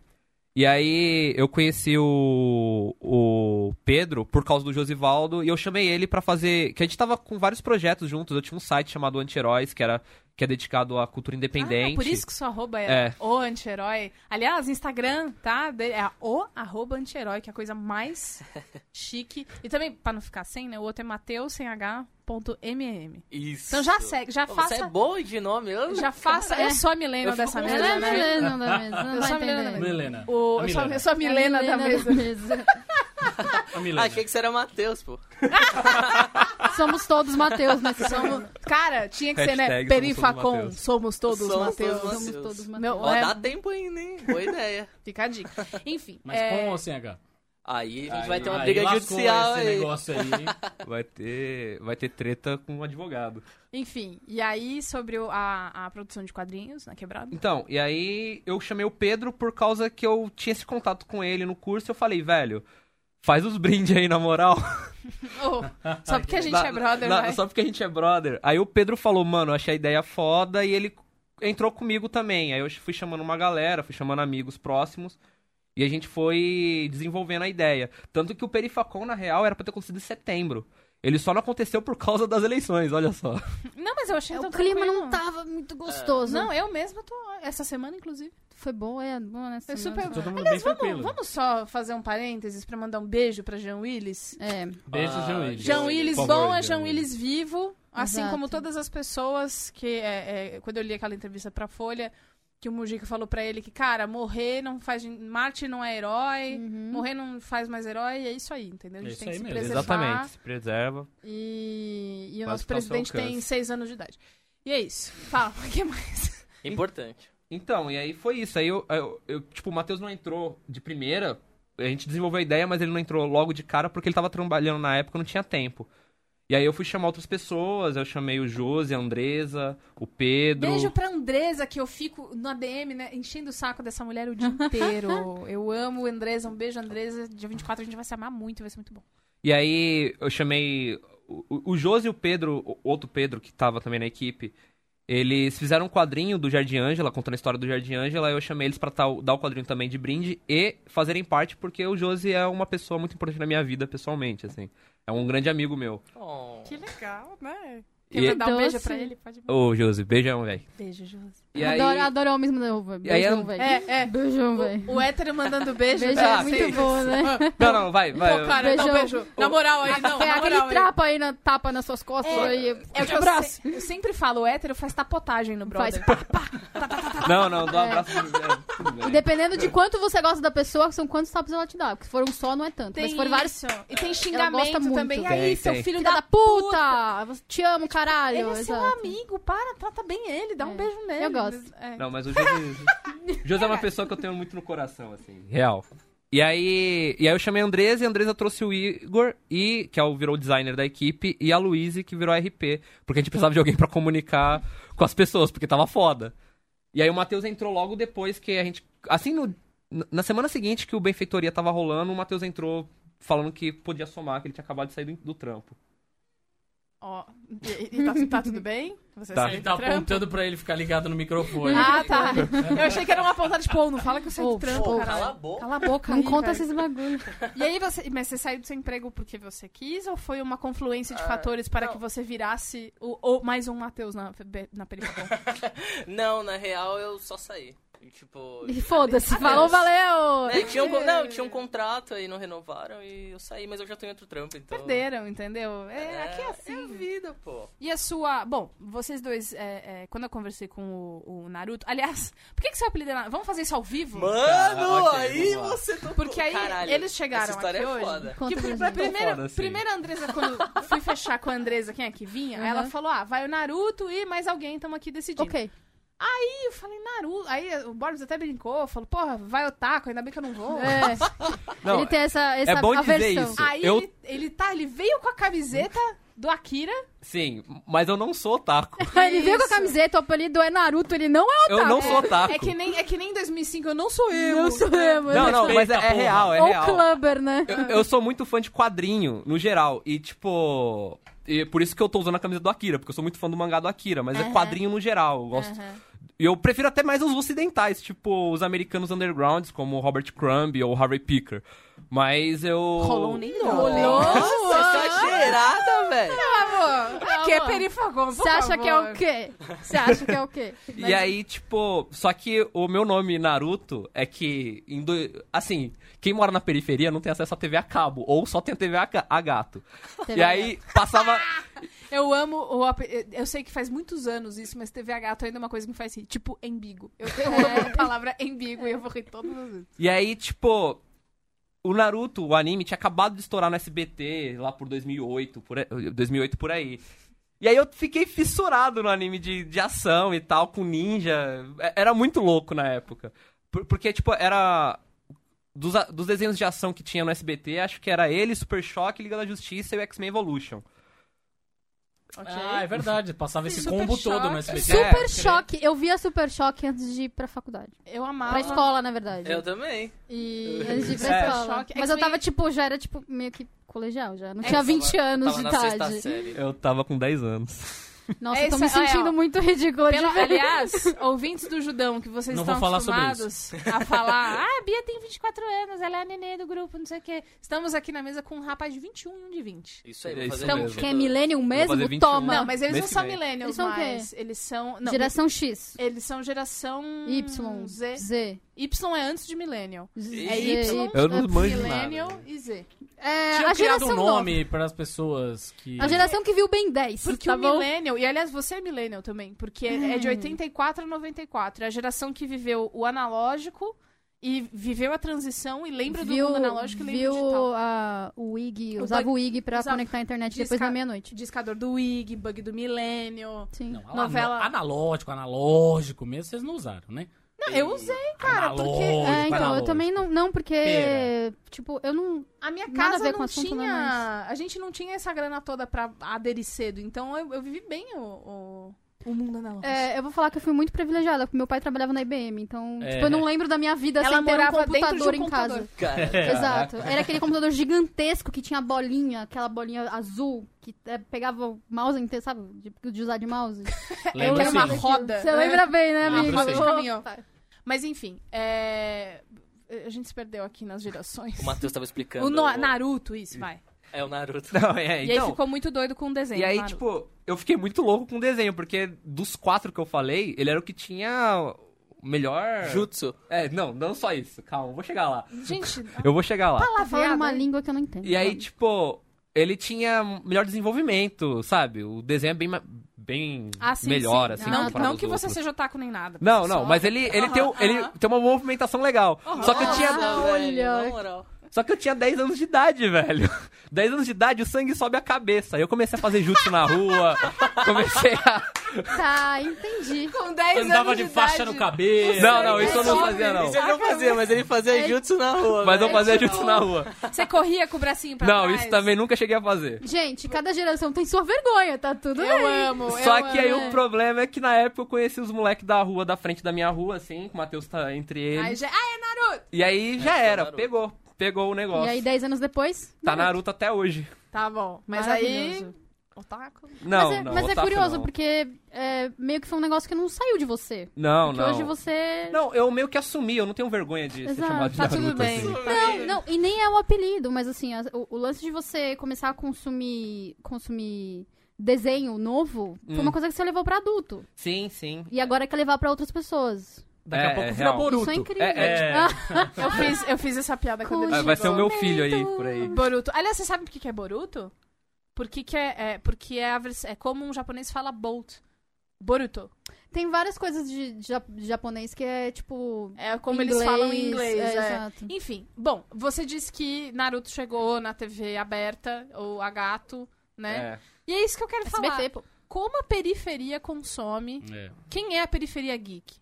E: E aí eu conheci o, o Pedro por causa do Josivaldo e eu chamei ele pra fazer. Que a gente tava com vários projetos juntos. Eu tinha um site chamado Anti-Heróis, que, era, que é dedicado à cultura independente.
B: Ah, por isso que sua arroba é,
E: É.
B: o anti-herói. Aliás, Instagram, tá? De- É o arroba anti-herói, que é a coisa mais chique. E também, pra não ficar sem, né? O outro é Mateus, sem H, ponto MM.
F: Isso.
B: Então já segue, já
F: Pô,
B: faça...
F: Você é boa de nome, eu
B: Já faça...
D: É.
B: Eu sou a Milena
F: Eu fico
B: dessa
F: com
D: Ela
B: mesa,
D: é
F: medo,
B: né?
D: Milena da mesa. Não
B: Eu
D: vai
B: sou a Milena da
D: entender.
B: mesa.
C: Helena.
B: O-
C: A
B: eu, sou,
C: Milena.
B: eu sou a Milena,
D: É a
B: da mesa.
C: A
F: Ah,
C: Milena.
F: achei que você era Matheus, pô.
B: Então
D: Somos todos Mateus nesse somos,
B: Cara, tinha que ser, né?
E: Hashtag somos todos
B: Perifacon,
E: Mateus.
B: somos todos
F: Somos
B: Mateus.
F: todos
D: somos
F: Mateus.
D: todos Mateus.
B: Meu,
F: Ó,
B: é-
F: dá tempo ainda, hein? Boa ideia.
B: Fica a dica. Enfim.
C: Mas
B: é...
C: com ou sem H?
F: Aí a gente vai ter uma
C: Aí
F: briga
C: lascou
F: judicial
C: esse
F: aí.
C: negócio aí.
E: Vai ter, vai ter treta com um advogado.
B: Enfim, e aí sobre o- a, a produção de quadrinhos na quebrada?
E: Então, e aí eu chamei o Pedro por causa que eu tinha esse contato com ele no curso. Eu falei, velho, faz os brindes aí, na moral.
B: Oh, só porque a gente
E: Na-
B: é brother,
E: na-
B: vai.
E: Só porque a gente é brother. Aí o Pedro falou, mano, achei a ideia foda e ele entrou comigo também. Aí eu fui chamando uma galera, fui chamando amigos próximos. E a gente foi desenvolvendo a ideia. Tanto que o Perifacon, na real, era pra ter acontecido em setembro. Ele só não aconteceu por causa das eleições, olha só.
B: Não, mas eu achei
D: É O
B: tão
D: clima
B: tranquilo. É.
D: não tava muito gostoso.
B: Não, eu mesma tô. Essa semana, inclusive.
D: Foi bom, é bom, né?
B: Foi
D: semana.
B: super
C: Todo mundo bem
B: Aliás, vamos,
C: tranquilo.
B: vamos só fazer um parênteses pra mandar um beijo pra Jean Willis.
D: É,
C: Beijo,
F: Ah,
C: Jean Willis.
B: Jean
F: Jean
B: Willis
F: Willis.
B: bom
E: Por favor,
B: é
E: Jean
B: Jean Willis vivo, assim
D: Exato.
B: como todas as pessoas que. é, é, quando eu li aquela entrevista pra Folha. que o Mujica falou pra ele que, cara, morrer não faz. Marte não é herói,
D: Uhum.
B: morrer não faz mais herói, e é isso aí, entendeu? A gente
C: É isso
B: tem que
C: aí
B: se
C: mesmo.
B: preservar.
E: Exatamente, se preserva.
B: E, e o
E: Faz
B: nosso
E: o que ao seu
B: presidente tem
E: alcance.
B: seis anos de idade. E é isso. Fala, o que mais?
F: Importante.
E: Então, e aí foi isso. Aí eu, eu- eu- tipo, o Matheus não entrou de primeira. A gente desenvolveu a ideia, mas ele não entrou logo de cara porque ele tava trabalhando na época e não tinha tempo. E aí eu fui chamar outras pessoas, eu chamei o Josi, a Andresa, o Pedro.
B: Beijo pra Andresa, que eu fico no ADM, né? Enchendo o saco dessa mulher o dia inteiro. eu amo Andresa, um beijo, Andresa. Dia 24 a gente vai se amar muito, vai ser muito bom.
E: E aí eu chamei o, o- o Josi e o Pedro, o outro Pedro que tava também na equipe. Eles fizeram um quadrinho do Jardim Ângela, contando a história do Jardim Ângela. Eu chamei eles pra tal- dar o quadrinho também de brinde e fazerem parte, porque o Josi é uma pessoa muito importante na minha vida pessoalmente, assim. É um grande amigo meu.
F: Oh.
B: legal, né?
E: E-
B: Quer dar um beijo
D: Doce. Oh.
B: pra ele? Pode
E: Ô, Josi, beijão, velho.
B: Beijo, Josi.
E: E aí,
D: Adoro, adoro homens mandando velho.
E: E aí
D: Beijão,
E: eu-
D: velho.
B: É, é.
D: Beijão, velho.
B: O, o hétero mandando beijo.
D: Beijo
B: né?
D: é muito bom, né?
E: Não, não, vai, vai.
B: Pô, cara, não,
D: Beijão.
B: beijo. Na moral aí, não,
D: Tem
B: na
D: aquele
B: moral aí.
D: trapa aí na tapa nas suas costas
B: É.
D: aí.
B: É o que eu, se- eu sempre falo, o hétero faz tapotagem no brother.
D: Faz
E: Não, não, dá um abraço. É, tudo bem.
D: E dependendo de quanto você gosta da pessoa, são quantos tapas ela te dá. Porque se for um só, não é tanto. Mas se for vários.
B: isso. E tem xingamento
D: gosta muito.
B: também. E aí,
E: Tem,
B: seu
E: tem.
B: filho
D: Filho da puta! você- Te amo, caralho.
B: Ele é seu
D: Exato.
B: amigo, para, trata bem ele, dá um
D: É.
B: beijo nele.
D: Eu gosto.
B: É.
E: Não, mas o Josi. Josi é uma pessoa que eu tenho muito no coração, assim. Real. E aí, e aí eu chamei a Andresa e a Andresa trouxe o Igor, e, que é o, virou o designer da equipe, e a Luíse, que virou a RP. Porque a gente precisava de alguém pra comunicar com as pessoas, porque tava foda. E aí o Matheus entrou logo depois que a gente. Assim, no- na semana seguinte que o Benfeitoria tava rolando, o Matheus entrou falando que podia somar, que ele tinha acabado de sair do, do trampo.
B: Ó, e, e tá, tá tudo bem? Você
E: Tá.
B: saiu
C: Ele
B: do
C: tá
B: trampo?
C: apontando pra ele ficar ligado no microfone.
B: Ah, tá. Eu achei que era uma pontada de pô, não fala que eu saí do
D: Ô,
B: trampo,
F: Pô,
B: caralho.
F: cala a boca.
B: Cala a boca,
D: Não
B: aí, velho.
D: conta esses bagulhos.
B: E aí você. Mas você saiu do seu emprego porque você quis ou foi uma confluência de fatores para
F: não.
B: que você virasse o, ou mais um Matheus na, na periferia?
F: Não, na real eu só saí. E, Tipo.
D: E foda-se.
F: Ah,
D: Falou,
F: Deus.
D: valeu!
F: né, tinha um, con- não, tinha
B: É.
F: um contrato aí, não renovaram e eu saí, mas eu já tô em outro trampo, então.
B: Perderam, entendeu? É, aqui é
F: É a
B: assim.
F: vida, pô.
B: E a sua. Bom, vocês dois, é, é, quando eu conversei com o, o Naruto. Aliás, por que, que seu apelido é Naruto? Vamos fazer isso ao vivo?
F: Mano,
E: Tá, ok,
F: aí
E: vamos lá.
F: você tá tocou.
B: Porque aí
F: Caralho,
B: eles chegaram
F: essa história
B: aqui
F: é
B: hoje.
F: foda.
D: Conta
B: Que
D: pra
B: pri-
D: gente.
B: primeira,
E: Foda, assim.
B: primeira Andresa, quando fui fechar com a Andresa, quem é que vinha,
D: Uhum.
B: ela falou: ah, vai o Naruto e mais alguém, estamos aqui decidindo.
D: Ok.
B: Aí eu falei, Naruto. Aí o Boris até brincou, falou, porra, vai o taco, ainda bem que eu não vou.
D: É,
E: Não, é
D: ele tem essa, essa
E: bom dizer
D: aversão.
E: isso.
B: Aí
E: Eu-
B: ele, ele tá, ele veio com a camiseta do Akira.
E: sim, mas eu não sou otaku.
D: Ah, Ele veio com a camiseta, o apelido é Naruto, ele não é
E: Eu não sou otaku.
B: É que nem, é que nem em 2005, eu não sou eu.
D: o Não sou eu, mano.
E: Não, não, mas é, é
C: Eita,
E: real, é
D: Ou
E: real.
D: clubber, né?
E: Eu, eu sou muito fã de quadrinho, no geral. E, tipo. e por isso que eu tô usando a camisa do Akira, porque eu sou muito fã do mangá do Akira, mas é quadrinho no geral. Eu gosto. E eu prefiro até mais os ocidentais, tipo os americanos undergrounds, como Robert Crumb ou Harvey Picker. Mas eu.
B: Rolou um nem
F: Nossa, essa tá cheirada, velho.
B: Aqui é perifagon, por
D: Você acha
B: favor.
D: que é o quê? Você acha que é o quê?
E: E aí, tipo, só que o meu nome Naruto é que, em do- assim, quem mora na periferia não tem acesso à TV a cabo, ou só tem a TV a, ca- a gato.
D: TV
E: e
D: a
E: aí, passava...
B: Eu amo o ape- Eu sei que faz muitos anos isso, mas TVH gato ainda é uma coisa que me faz rir. Tipo, embigo. Eu, eu amo
D: É.
B: a palavra embigo e eu vou rir todas as vezes.
E: E aí, tipo, o Naruto, o anime, tinha acabado de estourar no SBT lá por 2008, por aí, 2008 por aí. E aí eu fiquei fissurado no anime de, de ação e tal, com ninja. É- Era muito louco na época. Por- porque, tipo, era. Dos, a- dos desenhos de ação que tinha no SBT, acho que era ele, Super Choque, Liga da Justiça e o X-Men Evolution.
C: Ah, é verdade. Passava esse
B: Super
C: combo todo no
B: choque.
C: SBT.
E: É,
D: Super
E: pode
D: choque. Eu via super choque antes de ir pra faculdade.
B: Eu amava.
D: Pra escola, na verdade.
F: Eu também.
D: E antes de ir pra
E: É.
D: escola.
B: Choque.
D: Mas
B: É
D: eu
B: que
D: tava,
B: nem- É,
D: tipo, já era, tipo, meio que colegial já. Não tinha
F: Eu
D: 20
F: tava-
D: anos
F: tava
D: de
F: na sexta
D: idade.
F: série.
E: Eu tava com 10 anos.
D: Nossa,
B: É
D: eu tô
B: isso aí,
D: me
B: ó.
D: sentindo muito ridícula
B: Pela-
D: de ver.
B: aliás, ouvintes do Judão que vocês
C: Não vou
B: estão
C: falar sobre
B: acostumados a falar, ah, a Bia tem 24 anos, ela é a nenê do grupo, não sei o quê. Estamos aqui na mesa com um rapaz de 21 e um de 20.
F: Isso aí,
E: É
F: vou
E: isso
F: fazer
B: então,
F: um
E: mesmo.
F: tudo.
D: Que é millennium mesmo?
E: fazer 21.
D: Toma.
B: Não, mas eles
E: Mês
B: não
E: que
B: são
E: vem.
B: millennials
D: Eles são o quê?
B: mais. Eles são. Não,
D: Geração X.
B: Eles são geração
D: Y.
B: Z.
D: Z.
B: Y é antes de millennial.
D: Z.
B: É Y,
E: Eu não manjo nada.
B: millennial e Z.
D: É,
C: Tinha
D: a
C: criado
D: geração
C: um
D: nova.
C: nome para as pessoas que.
D: A geração que Hum. viu bem 10,
B: Porque
D: tá
B: o
D: bom?
B: millennial, e aliás, você é millennial também, porque é de 84 a 94, é a geração que viveu o analógico e viveu a transição e lembra
D: viu,
B: do mundo analógico e lembra
D: viu
B: do digital.
D: a- o WIG,
B: O
D: usava
B: bug-
D: o WIG pra
B: usava-
D: conectar a internet depois
B: Disca-
D: da meia-noite.
B: Discador do Wig, bug do milênio.
D: Sim.
C: Não,
B: novela-
C: novela... analógico, analógico mesmo, vocês não usaram, né?
B: Não, eu usei.
C: Cara,
B: porque-
D: é, então, eu também não, não porque,
C: Pera.
D: tipo, eu não...
B: A minha
D: Nada a
B: casa
D: ver
B: não
D: com o assunto, né,
B: tinha. A gente não tinha essa grana toda pra aderir cedo, então eu, eu vivi bem o, o, o mundo analógico.
D: é, eu vou falar que eu fui muito privilegiada, porque meu pai trabalhava na IBM, então,
C: É.
D: tipo, eu não lembro da minha vida
B: Ela
D: sem ter um
B: morava dentro de um
D: computador em
B: computador.
D: casa.
F: Cara,
C: É.
D: Exato. Era aquele computador gigantesco que tinha a bolinha, aquela bolinha azul, que é, pegava o mouse inteiro, sabe? De, de usar de mouse.
C: Lembro
B: era uma
C: sim.
B: roda.
D: Você lembra bem, né,
C: Lembro
D: amigo?
C: sim.
B: Pra mim, ó.
D: Opa.
B: Mas enfim, é, a gente se perdeu aqui nas gerações.
F: o Matheus tava explicando.
B: O no- Naruto, isso, vai.
F: É o Naruto.
E: Não, é,
B: e aí
E: então.
B: ficou muito doido com o desenho.
E: E aí,
B: Naruto.
E: tipo, eu fiquei muito louco com o desenho, porque dos quatro que eu falei, ele era o que tinha o melhor.
F: Jutsu.
E: É, não, não só isso. Calma, eu vou chegar lá.
B: Gente, ah,
E: Eu vou chegar lá.
D: Tá falando
B: Viado,
D: uma
B: hein?
D: língua que eu não entendo.
E: E aí,
D: Tá
E: tipo, ele tinha melhor desenvolvimento, sabe? O desenho é bem, ma- bem
B: Ah, sim,
E: melhor,
B: sim.
E: assim.
B: Não,
E: comparado
B: não
E: aos
B: que você
E: outros.
B: seja otaku nem nada.
E: Não,
B: pessoal.
E: não, mas ele, ele, tem, um- ele
B: aham.
E: tem uma movimentação legal. Só, que eu tinha,
D: Aham.
F: velho,
D: Olha.
F: na moral.
E: só que eu tinha 10 anos de idade, velho. 10 anos de idade, o sangue sobe a cabeça. Aí eu comecei a fazer jutsu na rua, comecei a...
D: Tá, entendi.
B: Com 10 anos.
C: Andava de faixa
B: idade. é
C: no cabelo.
E: Não, não, isso eu não
B: sobe.
E: fazia, não.
F: Isso ele não fazia, mas ele fazia jutsu na rua.
E: Mas eu
F: velho.
E: fazia jutsu na rua.
B: Você corria com o bracinho pra
E: Não,
B: trás.
E: isso também nunca cheguei a fazer.
D: Gente, cada geração tem sua vergonha, tá tudo
B: Eu
D: bem.
B: amo.
E: é Só
B: eu
E: que aí
B: amo.
E: o problema é que na época eu conheci os moleques da rua, da frente da minha rua, assim, que o Matheus tá entre eles.
B: Aí já... Ah, é Naruto!
E: E aí já
F: É,
E: era,
F: Naruto.
E: pegou. Pegou o negócio.
D: E aí, 10 anos depois.
E: Tá Naruto até hoje.
B: Tá bom. Mas aí.
D: Maravilhoso.
B: Otaku.
E: Não,
D: mas é,
E: não. tá
D: mas é
E: otaku
D: curioso,
E: não.
D: porque é, meio que foi um negócio que não saiu de você.
E: Não,
D: Porque
E: não.
D: hoje você.
E: Não, eu meio que assumi, eu não tenho vergonha de ser
D: Exato.
E: chamado de
B: Tá
E: Naruto,
B: tudo bem.
E: assim.
D: Não, não, e nem é o apelido, mas assim, a- o, o lance de você começar a consumir. consumir desenho novo foi
E: Hum.
D: uma coisa que você levou pra adulto.
E: Sim, sim.
D: E agora quer levar pra outras pessoas.
C: Daqui
E: É,
C: a pouco
E: é
C: vira
E: real.
C: Boruto.
D: Isso é incrível.
E: É, é.
B: Eu fiz, eu fiz essa piada quando
D: Cujo
B: ele
E: Ah, Vai ser o
B: chegou.
E: meu filho aí, por aí.
B: Boruto. Aliás, você sabe por que que é Boruto? Porque que é, é- porque é, a vers... é como um japonês fala Bolt. Boruto.
D: Tem várias coisas de, de ja- de japonês que é tipo.
B: É como eles falam em inglês.
D: é,
B: é.
D: Exato.
B: Enfim, bom, você disse que Naruto chegou na TV aberta, ou a gato, né?
E: É.
B: E é isso que eu quero falar.
D: SBT, pô.
B: Como a periferia consome?
C: É.
B: Quem é a periferia geek?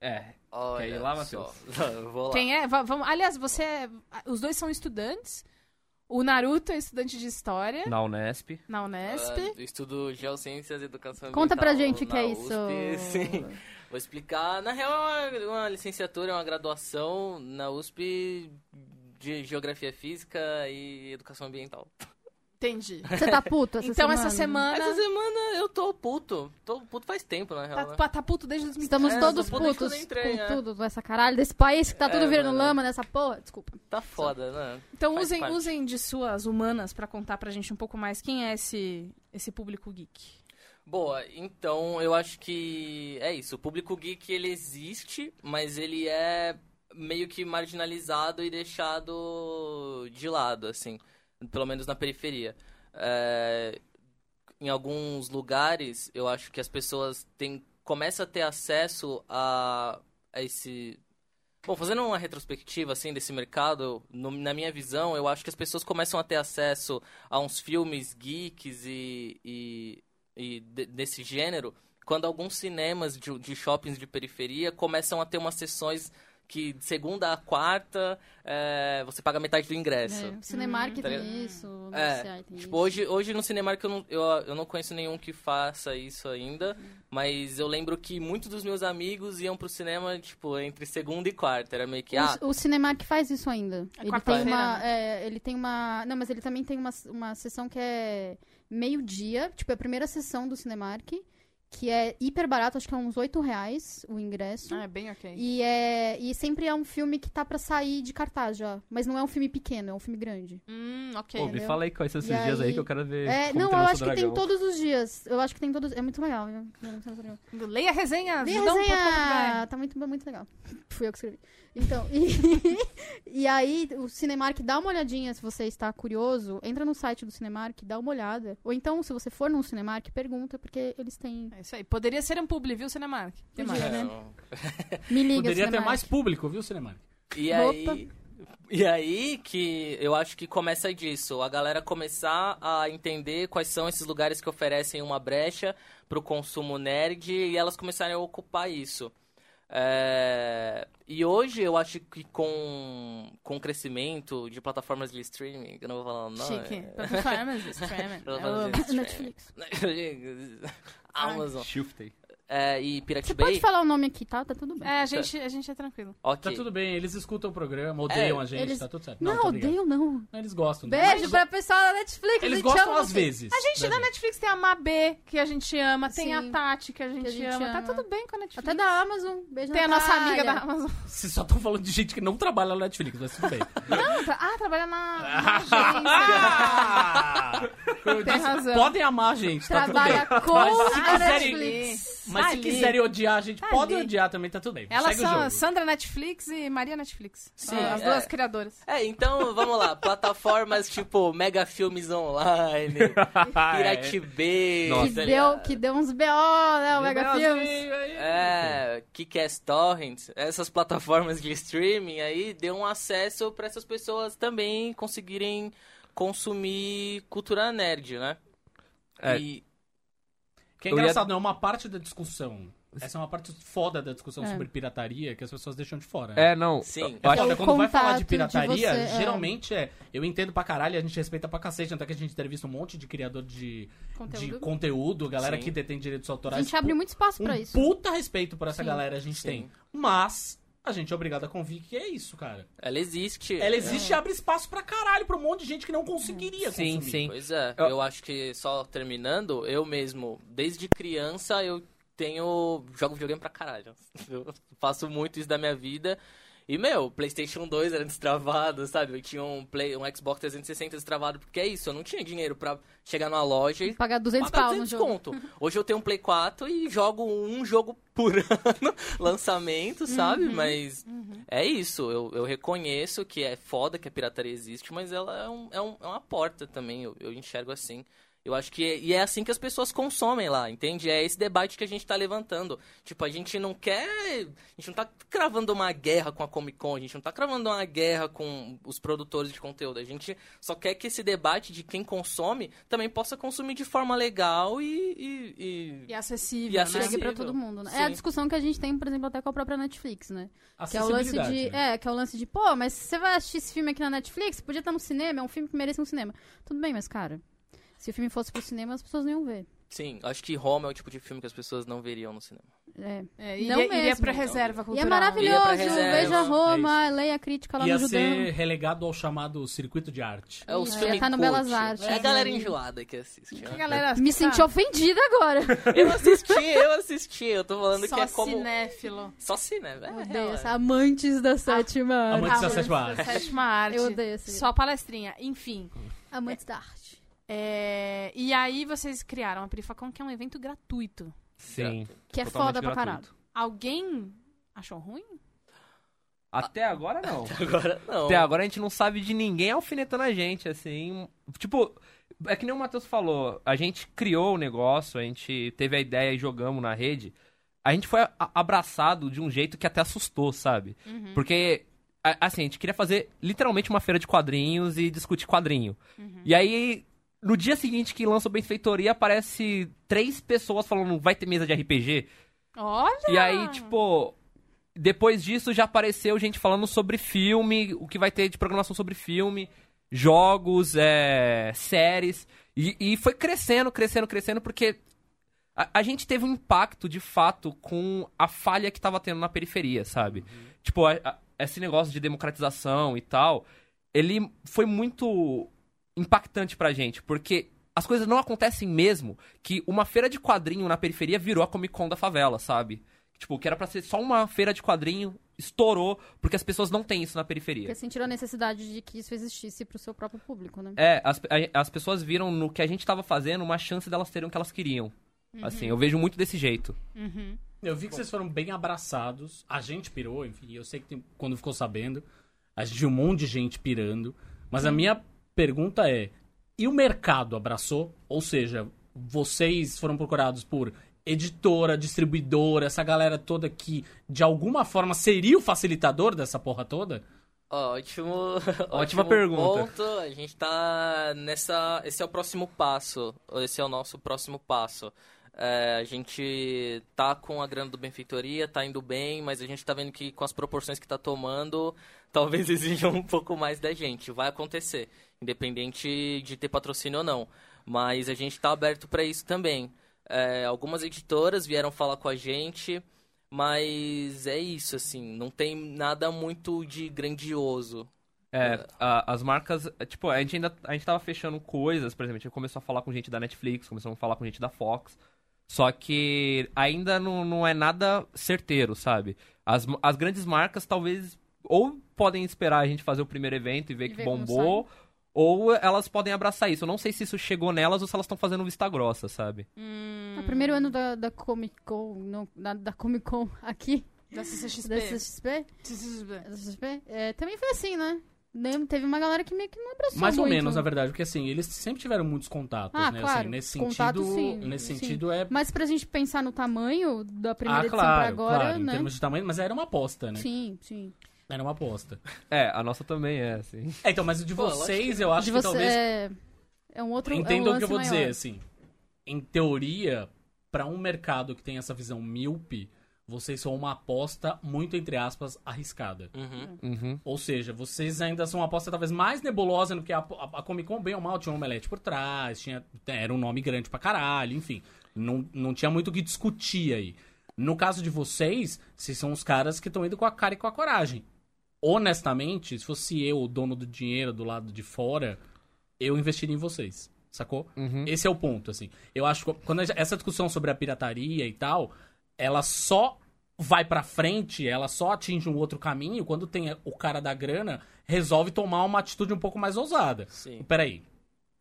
E: É.
F: Olha
E: Quer ir lá,
F: só.
E: Matheus?
F: Não, eu vou lá.
B: Quem é? Va- Vamos, aliás, você é, os dois são estudantes. O Naruto é estudante de história
E: Na Unesp.
B: na Unesp.
F: Ah, eu estudo Geociências e Educação
D: Conta pra
F: Ambiental
D: gente o que é
F: na
D: isso.
F: USP, sim. Vou explicar. Na real, é uma- uma licenciatura, é uma graduação na USP de Geografia Física e Educação Ambiental.
B: Entendi.
D: Você tá puto essa
B: então
D: semana?
B: essa semana
F: Essa semana eu tô puto. Tô puto faz tempo, na real. né?
B: tá, tá puto desde 2000.
D: Estamos
F: É,
D: todos
F: só puto que eu
D: putos
F: nem entrei,
D: com
F: é.
D: tudo, essa caralho desse país que tá tudo
F: É,
D: virando
F: mano.
D: lama nessa porra. Desculpa.
F: Tá foda, né?
B: Então
F: Faz
B: usem,
F: parte.
B: usem de suas humanas pra contar pra gente um pouco mais quem é esse esse público geek.
F: Boa, então eu acho que é isso. O público geek ele existe, mas ele é meio que marginalizado e deixado de lado, assim, pelo menos na periferia. É, Em alguns lugares, eu acho que as pessoas têm começa a ter acesso a, a esse Bom, fazendo uma retrospectiva assim desse mercado, no- na minha visão, eu acho que as pessoas começam a ter acesso a uns filmes geeks e, e, e de- desse gênero quando alguns cinemas de, de shoppings de periferia começam a ter umas sessões que de segunda a quarta é, você paga metade do ingresso.
D: É, o Cinemark
F: Tá ligado?
D: tem isso, o
F: É,
D: CI tem
F: Tipo, hoje, hoje no Cinemark eu não, eu, eu não conheço nenhum que faça isso ainda, mas eu lembro que muitos dos meus amigos iam pro cinema, tipo, entre segunda e quarta. Era meio que, ah,
D: O, o Cinemark faz isso ainda.
B: É
D: ele tem
B: quarta-feira,
D: uma.
F: né?
D: é, ele tem uma. Não, mas ele também tem uma, uma sessão que é meio-dia. Tipo, é a primeira sessão do Cinemark. que é hiper barato, acho que é uns 8 reais o ingresso.
G: Ah, é bem ok.
D: E, é, e sempre é um filme que tá pra sair de cartaz já. Mas não é um filme pequeno, é um filme grande.
G: Hum, ok.
E: Pô, me
D: entendeu?
E: fala aí quais são esses
D: E
E: dias aí
D: aí-
E: que eu quero ver.
D: É,
E: como
D: não, eu
E: treinar
D: acho
E: seu
D: que tem
E: dragão.
D: todos os dias. Eu acho que tem todos. É muito legal. né? Leia
B: Leia resenhas.
D: a
B: não
G: um
B: ponto
D: resenha! Tá muito, muito legal. Fui eu que escrevi. Então, e, e aí o Cinemark dá uma olhadinha se você está curioso. Entra no site do Cinemark, dá uma olhada. Ou então, se você for num Cinemark, pergunta, porque eles têm.
G: É isso aí. Poderia ser um publi, viu, Cinemark? Que mais?
D: Podia.
F: É,
D: né?
F: não.
D: Me liga,
C: Poderia ter
D: Cinemark.
C: mais público, viu, Cinemark?
F: E
D: Opa.
F: aí. E aí que eu acho que começa disso, a galera começar a entender quais são esses lugares que oferecem uma brecha pro consumo nerd e elas começarem a ocupar isso. É, E hoje eu acho que com, com o crescimento de plataformas de streaming, eu não vou falar o
C: é.
F: nome.
G: Chique. Performance, streaming.
F: Plataformas de streaming.
D: Netflix.
F: Amazon
E: Shiftei.
F: é, e
D: Você
F: Pirate
D: pode
F: Bay.
D: falar o nome aqui, tá? Tá tudo bem.
G: É, a gente, a gente é tranquilo.
F: Ok.
C: Tá tudo bem, eles escutam o programa, odeiam
F: É,
C: a gente,
D: eles-
C: tá tudo certo.
D: Não,
C: tá ligado.
D: odeio não.
C: Não, Eles gostam. né?
G: Beijo pra pessoal da Netflix.
C: Eles
G: gente
C: gostam
G: ama
C: às
G: vocês.
C: vezes. né?
G: A gente
C: da
G: na Netflix tem a Mabê, que a gente ama. Tem
D: Sim.
G: a Tati, que a gente,
D: a gente
G: ama. Tá
D: ama.
G: tudo bem com a Netflix.
D: Até da Amazon. Beijo
G: Tem a nossa
D: Natália.
G: amiga da Amazon.
C: Vocês só estão falando de gente que não trabalha na Netflix, mas tudo bem.
G: Não, tra- ah, trabalha na, na
C: Tá
G: agência.
C: Como eu
G: Tem
C: disse,
G: razão.
C: Ah! podem amar a gente, tá tudo bem.
G: Trabalha com
C: se
G: a
C: quiserem-
G: Netflix.
C: Mas se
G: Ali.
C: quiserem odiar a gente,
G: Tá
C: podem
G: ali.
C: odiar também, tá tudo bem.
G: Elas
C: Segue
G: são
C: o
G: a
C: jogo.
G: Sandra Netflix e Maria Netflix.
F: Sim,
G: São as
F: é.
G: duas criadoras.
F: É, então vamos lá. Plataformas tipo Mega Filmes Online, Pirate
D: Que
F: Bay. tá
D: deu,
F: ligado?
D: que deu uns BO, né?
E: é
D: O Mega Filmes.
F: É, Kick-Ass Torrent, essas plataformas de streaming aí deu um acesso pra essas pessoas também conseguirem consumir cultura nerd, né?
E: É.
F: E,
C: Que é
E: Eu ia-
C: engraçado, não é uma parte da discussão. Essa é uma parte foda da discussão
D: É.
C: sobre pirataria que as pessoas deixam de fora. né?
E: É, não.
F: Sim.
E: Eu
C: É
E: acho
C: foda,
D: o
C: quando vai falar
D: contato
C: de
D: de
C: pirataria,
D: você, é.
C: geralmente é. Eu entendo pra caralho, a gente respeita pra cacete, até que a gente entrevista um monte de criador de conteúdo, de
G: Conteúdo.
C: conteúdo galera
F: Sim.
C: que detém direitos
D: A
C: autorais.
D: gente abre muito espaço
C: um
D: pra isso.
C: puta respeito por essa
D: Sim.
C: galera a gente
F: Sim.
C: tem. Mas a gente é obrigado a convir que é isso, cara.
F: ela existe.
E: É.
C: Ela existe e abre espaço pra caralho pra um monte de gente que não conseguiria
E: Sim,
C: consumir.
E: sim.
F: Pois é,
E: Eu-
F: eu... acho que só terminando, eu mesmo, desde criança eu tenho. jogo videogame pra caralho. Eu faço muito isso da minha vida. E, meu, PlayStation 2 era destravado, sabe? Eu tinha um, Play, um Xbox 360 destravado, porque é isso, eu não tinha dinheiro pra chegar numa loja
D: Tem
F: e
D: que pagar 200
F: pagar
D: pau no
F: 200
D: jogo. Uhum.
F: conto. Hoje eu tenho um Play 4 e jogo um jogo por ano, lançamento, sabe?
D: Uhum.
F: Mas é isso, eu, eu reconheço que é foda que a pirataria existe, mas ela é, um- é um- é uma porta também, eu, eu enxergo assim. Eu acho que é, e é assim que as pessoas consomem lá, entende? É esse debate que a gente tá levantando. Tipo, a gente não quer. A gente não tá cravando uma guerra com a Comic Con, a gente não tá cravando uma guerra com os produtores de conteúdo. A gente só quer que esse debate de quem consome também possa consumir de forma legal e. e- e-
G: E acessível,
F: E
G: né?
F: acessível.
D: Chegue pra todo mundo. né? É a
F: Sim.
D: discussão que a gente tem, por exemplo, até com a própria Netflix, né? Que é o lance
C: Acessibilidade.
D: de.
C: né?
D: É, que é o lance de, pô, mas você vai assistir esse filme aqui na Netflix? Podia estar no cinema, é um filme que merece um cinema. Tudo bem, mas, cara, se o filme fosse pro cinema, as pessoas não iam ver.
F: Sim, acho que Roma é o tipo de filme que as pessoas não veriam no cinema.
D: É.
G: É,
D: Não
G: iria, iria
D: mesmo.
G: pra reserva
D: E é
G: cultural.
F: Ia pra
D: maravilhoso.
F: reserva.
D: Veja Roma, leia a crítica lá
C: Ia
D: no Judão.
C: ser relegado ao chamado circuito de arte.
F: É os
D: Isso,
F: filmes
D: ia tá no
F: cult.
D: Belas Artes,
F: É a
D: né?
F: galera enjoada que assiste.
G: Que
F: né?
G: galera sabe?
D: Me senti ofendida agora.
F: Eu assisti, eu assisti. Eu tô falando
G: Só
F: que é como.
G: cinéfilo.
F: Só cinema. É,
D: Meu
F: real,
D: Deus,
F: é.
D: amantes da sétima arte.
C: Amantes da sétima arte.
G: Sétima arte.
D: Eu odeio esse livro.
G: Só palestrinha. Enfim.
D: Amantes da arte.
G: É, E aí vocês criaram a Perifacon, que é um evento gratuito.
E: Sim.
D: Que é
E: Totalmente
D: foda pra
E: gratuito.
D: caralho.
G: Alguém achou ruim?
E: Até agora não.
F: Agora não.
E: Até agora a gente não sabe de ninguém alfinetando a gente, assim. Tipo, é que nem o Matheus falou, a gente criou o negócio, a gente teve a ideia e jogamos na rede. A gente foi a- abraçado de um jeito que até assustou, sabe?
D: Uhum.
E: Porque, a- assim, a gente queria fazer literalmente uma feira de quadrinhos e discutir quadrinho.
D: Uhum.
E: E aí, no dia seguinte que lança o Benfeitoria, aparece três pessoas falando, vai ter mesa de RPG.
G: Olha!
E: E aí, tipo, depois disso já apareceu gente falando sobre filme, o que vai ter de programação sobre filme, jogos, é, séries. E, e foi crescendo, crescendo, crescendo, porque a, a gente teve um impacto, de fato, com a falha que tava tendo na periferia, sabe? Tipo, a- a- esse negócio de democratização e tal, ele foi muito impactante pra gente, porque as coisas não acontecem mesmo, que uma feira de quadrinho na periferia virou a Comic Con da favela, sabe? Tipo, que era pra ser só uma feira de quadrinho, estourou, porque as pessoas não têm isso na periferia.
D: Porque
C: assim,
D: sentiram a necessidade de que isso existisse pro seu próprio público, né?
E: É, as, a- as pessoas viram no que a gente tava fazendo uma chance delas terem o que elas queriam. Assim, eu vejo muito desse jeito.
G: Uhum.
C: Eu vi que vocês foram bem abraçados. A gente pirou, enfim. Eu sei que tem- quando ficou sabendo, a gente viu um monte de gente pirando. Mas a minha pergunta é: e o mercado abraçou? Ou seja, vocês foram procurados por editora, distribuidora, essa galera toda que de alguma forma seria o facilitador dessa porra toda?
F: Ó, Ótimo,
E: Ótima
F: ótimo
E: pergunta.
F: ponto. A gente tá nessa. Esse é o próximo passo. Esse é o nosso próximo passo. É, a gente tá com a grana do benfeitoria, tá indo bem, mas a gente tá vendo que com as proporções que tá tomando, talvez exijam um pouco mais da gente. Vai acontecer, independente de ter patrocínio ou não. Mas a gente tá aberto para isso também. É, algumas editoras vieram falar com a gente. Mas é isso, assim, não tem nada muito de grandioso.
E: É, a- as marcas, é, tipo, a gente ainda a gente tava fechando coisas, por exemplo, a gente começou a falar com gente da Netflix, começou a falar com gente da Fox. Só que ainda não, não é nada certeiro, sabe? As, as grandes marcas talvez ou podem esperar a gente fazer o primeiro evento e ver
D: E
E: que
D: ver como
E: bombou, ou elas podem abraçar isso. Eu não sei se isso chegou nelas ou se elas estão fazendo vista grossa, sabe?
D: O Tá, primeiro ano da, da Comic Con, não, da, da Comic Con aqui,
G: Da CCXP.
D: da CXP,
G: CCXP.
D: da CXP, é, também foi assim, né? Nem- Teve uma galera que meio que não abraçou
C: Mais ou
D: muito.
C: menos, na verdade, porque assim, eles sempre tiveram muitos contatos,
D: Ah,
C: né?
D: claro.
C: Assim, nesse sentido,
D: Contato, sim,
C: nesse
D: sim.
C: sentido é
D: Mas pra gente pensar no tamanho da primeira
C: ah,
D: edição
C: claro,
D: pra agora,
C: claro, em
D: né?
C: termos de tamanho, mas era uma aposta, né?
D: Sim, sim.
C: Era uma aposta.
E: É, a nossa também é, assim.
C: É, então, mas o de
F: Pô, eu acho
C: vocês, eu acho
D: de
C: que
D: você
C: talvez
D: é... é um outro
C: Entendam
D: é um
C: o que eu vou
D: lance
C: dizer,
D: maior.
C: assim. Em teoria, pra um mercado que tem essa visão míope, vocês são uma aposta muito, entre aspas, arriscada.
F: Uhum.
E: Uhum.
C: Ou seja, vocês ainda são uma aposta talvez mais nebulosa do que a, a, a Comic Con, bem ou mal, tinha um omelete por trás, tinha, era um nome grande pra caralho, enfim. Não, não tinha muito o que discutir aí. No caso de vocês, vocês são os caras que estão indo com a cara e com a coragem. Honestamente, se fosse eu, o dono do dinheiro do lado de fora, eu investiria em vocês, sacou?
E: Uhum.
C: Esse é o ponto, assim. Eu acho que quando a- essa discussão sobre a pirataria e tal, ela só vai pra frente, ela só atinge um outro caminho quando tem o cara da grana resolve tomar uma atitude um pouco mais ousada.
F: Sim.
C: Peraí.